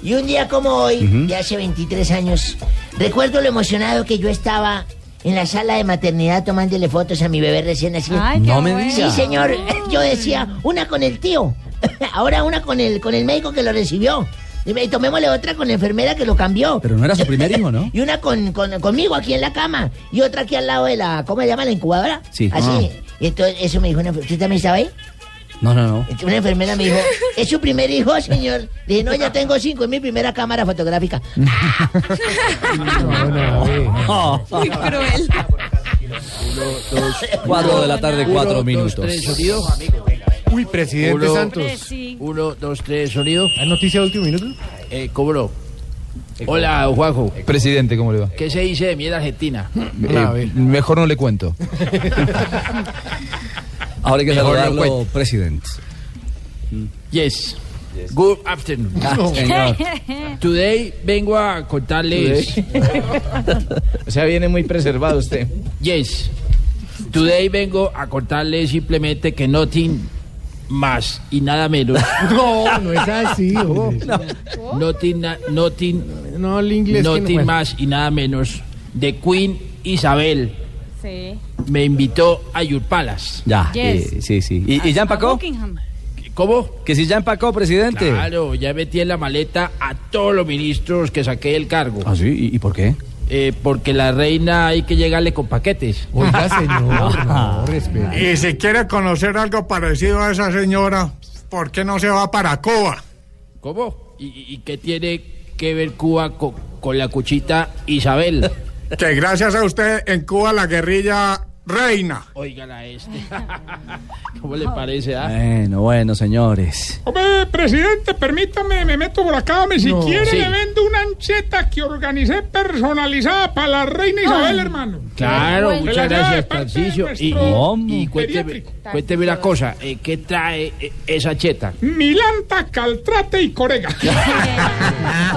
Y un día como hoy,
Ujú.
de hace 23 años, recuerdo lo emocionado que yo estaba en la sala de maternidad tomándole fotos a mi bebé recién nacido. Ay, qué No me bueno. Sí, diga. señor. Yo decía, una con el tío, ahora una con el, con el médico que lo recibió. Y me- y tomémosle otra con la enfermera que lo cambió.
Pero no era su primer hijo, ¿no?
Y una con, con- conmigo aquí en la cama y otra aquí al lado de la, ¿cómo se llama? La incubadora.
Sí.
Así. Y entonces eso me dijo una enfermera. ¿Usted también estaba ahí?
No, no, no.
Una enfermera me dijo, ¿es su primer hijo, señor? Le dije, no, ya tengo cinco, es mi primera cámara fotográfica.
Muy
cruel.
Cuatro de la tarde, cuatro minutos.
sonido. Uy, presidente Santos. Uno, dos, tres, sonido. ¿Hay noticia de último minuto? Eh, ¿Cómo no? Hola, Juanjo.
Presidente, ¿cómo le va?
¿Qué se dice de mí en Argentina?
Eh, mejor no le cuento.
Ahora hay que
Mejor no
saludarlo,
cuente.
presidente.
Mm. Yes. Good afternoon.
Ah, señor.
Today vengo a contarles. o sea, viene muy preservado usted. Yes. Today vengo a contarles simplemente que nothing más y nada menos.
No, no es así.
Nothing, na- nothing,
No, el inglés que no-
nothing
bueno.
más y nada menos de Queen Isabel
Sí.
me invitó a Your Palace.
Ya,
Yes.
eh, sí, sí. ¿Y, y ya empacó?
¿Cómo?
Que si ya empacó, presidente.
Claro, ya metí en la maleta a todos los ministros que saqué del cargo.
Ah, sí, ¿Y, y por qué?
Eh, porque la reina hay que llegarle con paquetes.
Oiga, señor,
no,
Y si quiere conocer algo parecido a esa señora, ¿por qué no se va para Cuba?
¿Cómo? ¿Y, y- y qué tiene que ver Cuba co- con, la cuchita Isabel?
Que gracias a usted en Cuba la guerrilla
Reina.
Óigala este. ¿Cómo le parece? ah?
Bueno, bueno, señores.
Hombre, presidente, permítame, me meto por acá. Hombre, si
No,
quiere,
sí.
le vendo una ancheta que organicé personalizada para la reina Isabel, hermano.
Claro,
Se la
muchas
lleva de
gracias,
parte de
Tarcicio. Y,
nuestro
y- y cuénteme,
pediátrico.
cuénteme la cosa, eh, ¿qué trae eh, esa cheta?
Milanta, Caltrate y Corega.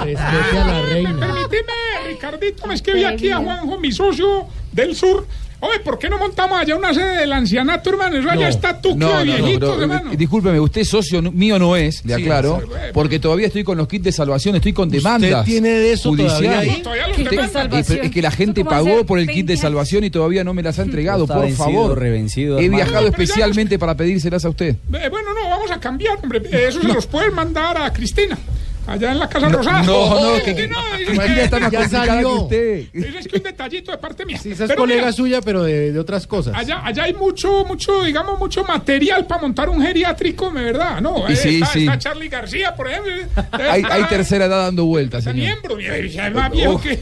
Respete a la reina.
Permitime, Ricardito, es que vi aquí a Juanjo, mi socio del sur. Oye, ¿por qué no montamos allá una sede del ancianato, hermano? Eso allá está tuquio de viejitos,
pero,
hermano.
eh, discúlpeme, usted socio no- mío no es, le
Sí,
aclaro, porque todavía estoy con los kits de salvación, estoy con demandas.
tiene de eso todavía
judiciales.
ahí? Todavía los kits de
Te-
salvación.
eh, pero es que la gente
¿Cómo va a
pagó
ser?
por el kit de salvación y todavía no me las ha entregado,
Está
por
vencido,
favor.
revencido,
He
hermano.
viajado especialmente para pedírselas a usted.
Eh, bueno, no, vamos a cambiar, hombre. Eh, Eso se los pueden mandar a Cristina, allá en la Casa
No,
Rosada.
no, no, que-
dice
María está más Ya complicada que salió. usted.
Dice, Es que un detallito de parte mía.
Esa es
Pero
colega
mira,
suya, pero de, de otras cosas.
Allá, allá hay mucho, mucho, digamos, mucho material para montar un geriátrico, de verdad, ¿no?
Y
Eh,
sí,
está,
sí.
está Charlie García, por ejemplo. eh, debe
Hay,
estar
hay
ahí.
tercera edad dando vueltas, señor.
miembro, mira, ya es
Oh,
más viejo
Uf,
que...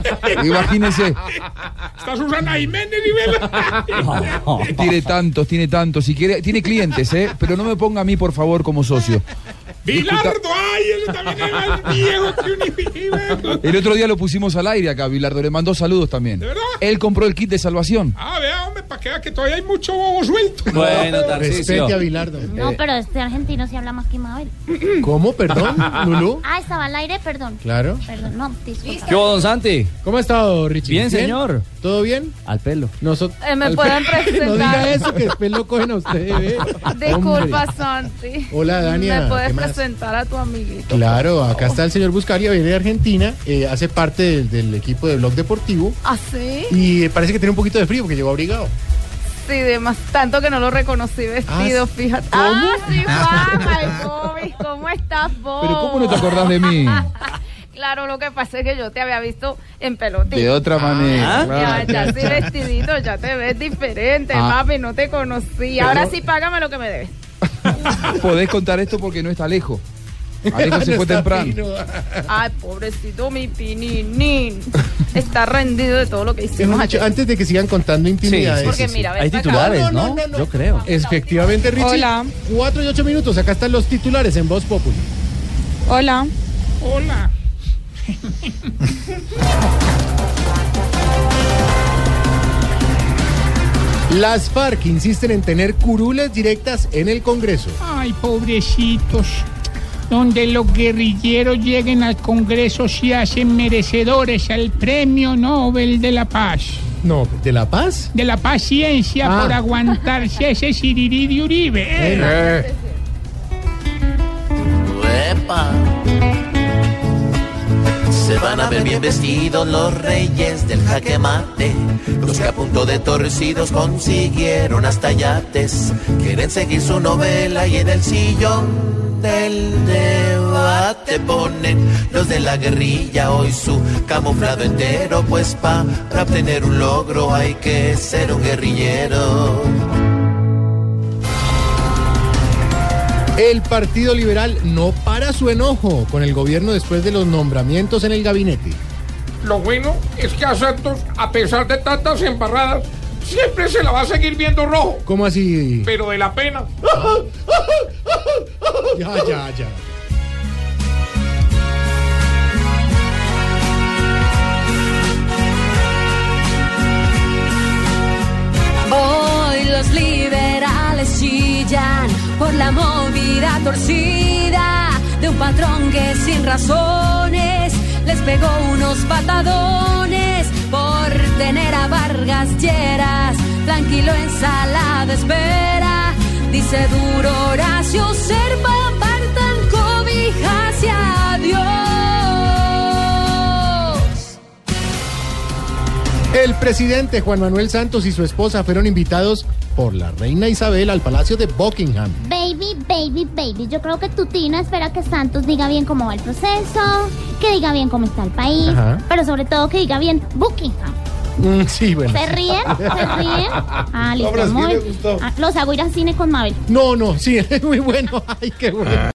imagínese.
Está Susana Jiménez y vela.
Tiene tantos, tiene tantos. Si quiere, tiene clientes, ¿eh? Pero no me ponga a mí, por favor, como socio.
Bilardo, ay, él también es más viejo que un
El otro día lo pusimos al aire acá, Bilardo. Le mandó saludos también. Él compró el kit de salvación.
Ah, vea, hombre, para que vea que todavía hay mucho bobo suelto.
Bueno, Tarcisio. Respete a
Bilardo.
No, pero este argentino se habla más que Mabel.
¿Cómo? Perdón, Lulú.
Ah, estaba al aire, perdón.
Claro.
Perdón, no, disculpa.
¿Qué hubo, don
Santi?
¿Cómo ha estado, Richie?
Bien, señor.
¿Todo bien?
Al pelo.
Nosotros.
Eh, me pueden
No
presentar.
diga eso, que después lo cogen a usted. ¿eh?
Disculpa,
Hombre.
Santi.
Hola, Dania,
¿Me puedes
¿qué más?
presentar a tu amiguito?
Claro, acá está el señor Buscaria, viene de Argentina, eh, hace parte del, del equipo de Blog Deportivo
¿Ah, sí?
y eh, parece que tiene un poquito de frío porque llegó abrigado.
Sí, de más tanto que no lo reconocí vestido,
Ah,
fíjate. Ah, sí, Juanma, el Bobby, ¿cómo estás, vos?
Pero ¿cómo no te acordás de mí?
Claro, lo que pasa es que yo te había visto en pelotita.
De otra manera,
Ya,
claro.
ya sí vestidito, ya te ves diferente,
Ah.
papi, no te conocí.
Pero-
Ahora sí págame lo que me debes.
Podés contar esto porque no está Alejo. Alejo se
No
fue
está
temprano.
Ay, pobrecito mi pininín. Está rendido de todo lo que hicimos
Mejor
ayer.
dicho, antes de que sigan contando intimidades.
Sí, porque mira, ves Hay para acá. titulares, ¿no?
Yo creo. Efectivamente, Richie.
Hola.
Cuatro y ocho minutos. Acá están los titulares en Voz Populi.
Hola.
Hola.
Las FARC insisten en tener curules directas en el Congreso.
Ay, pobrecitos. Donde los guerrilleros lleguen al Congreso si hacen merecedores al Premio Nobel de la Paz.
No, ¿de La Paz?
De la paciencia
Ah.
por aguantarse ese Siriri de Uribe. ¿eh?
Eh.
¡Epa! Se van a ver bien vestidos los reyes del jaque mate, los que a punto de torcidos consiguieron hasta yates. Quieren seguir su novela y en el sillón del debate ponen los de la guerrilla hoy su camuflado entero, pues pa, para obtener un logro hay que ser un guerrillero.
El Partido Liberal no para su enojo con el gobierno después de los nombramientos en el gabinete.
Lo bueno es que a Santos, a pesar de tantas embarradas, siempre se la va a seguir viendo rojo.
¿Cómo así?
Pero de la pena.
Ya, ya, ya.
Hoy los liberales chillan por la movida torcida de un patrón que sin razones les pegó unos patadones por tener a Vargas Lleras tranquilo en sala de espera. Dice duro Horacio Serpa, apartan cobijas y adiós.
El presidente Juan Manuel Santos y su esposa fueron invitados por la reina Isabel al Palacio de Buckingham.
Baby, baby, baby, yo creo que tu Tina espera que Santos diga bien cómo va el proceso, que diga bien cómo está el país,
Ajá.
pero sobre todo que diga bien Buckingham.
Mm, sí, bueno.
¿Se ríen? ¿Se ríen? Ah, listo.
Ahora sí
muy
le
bien. Ah, los hago ir al cine con Mabel.
No, no, sí, es muy bueno. Ay, qué bueno.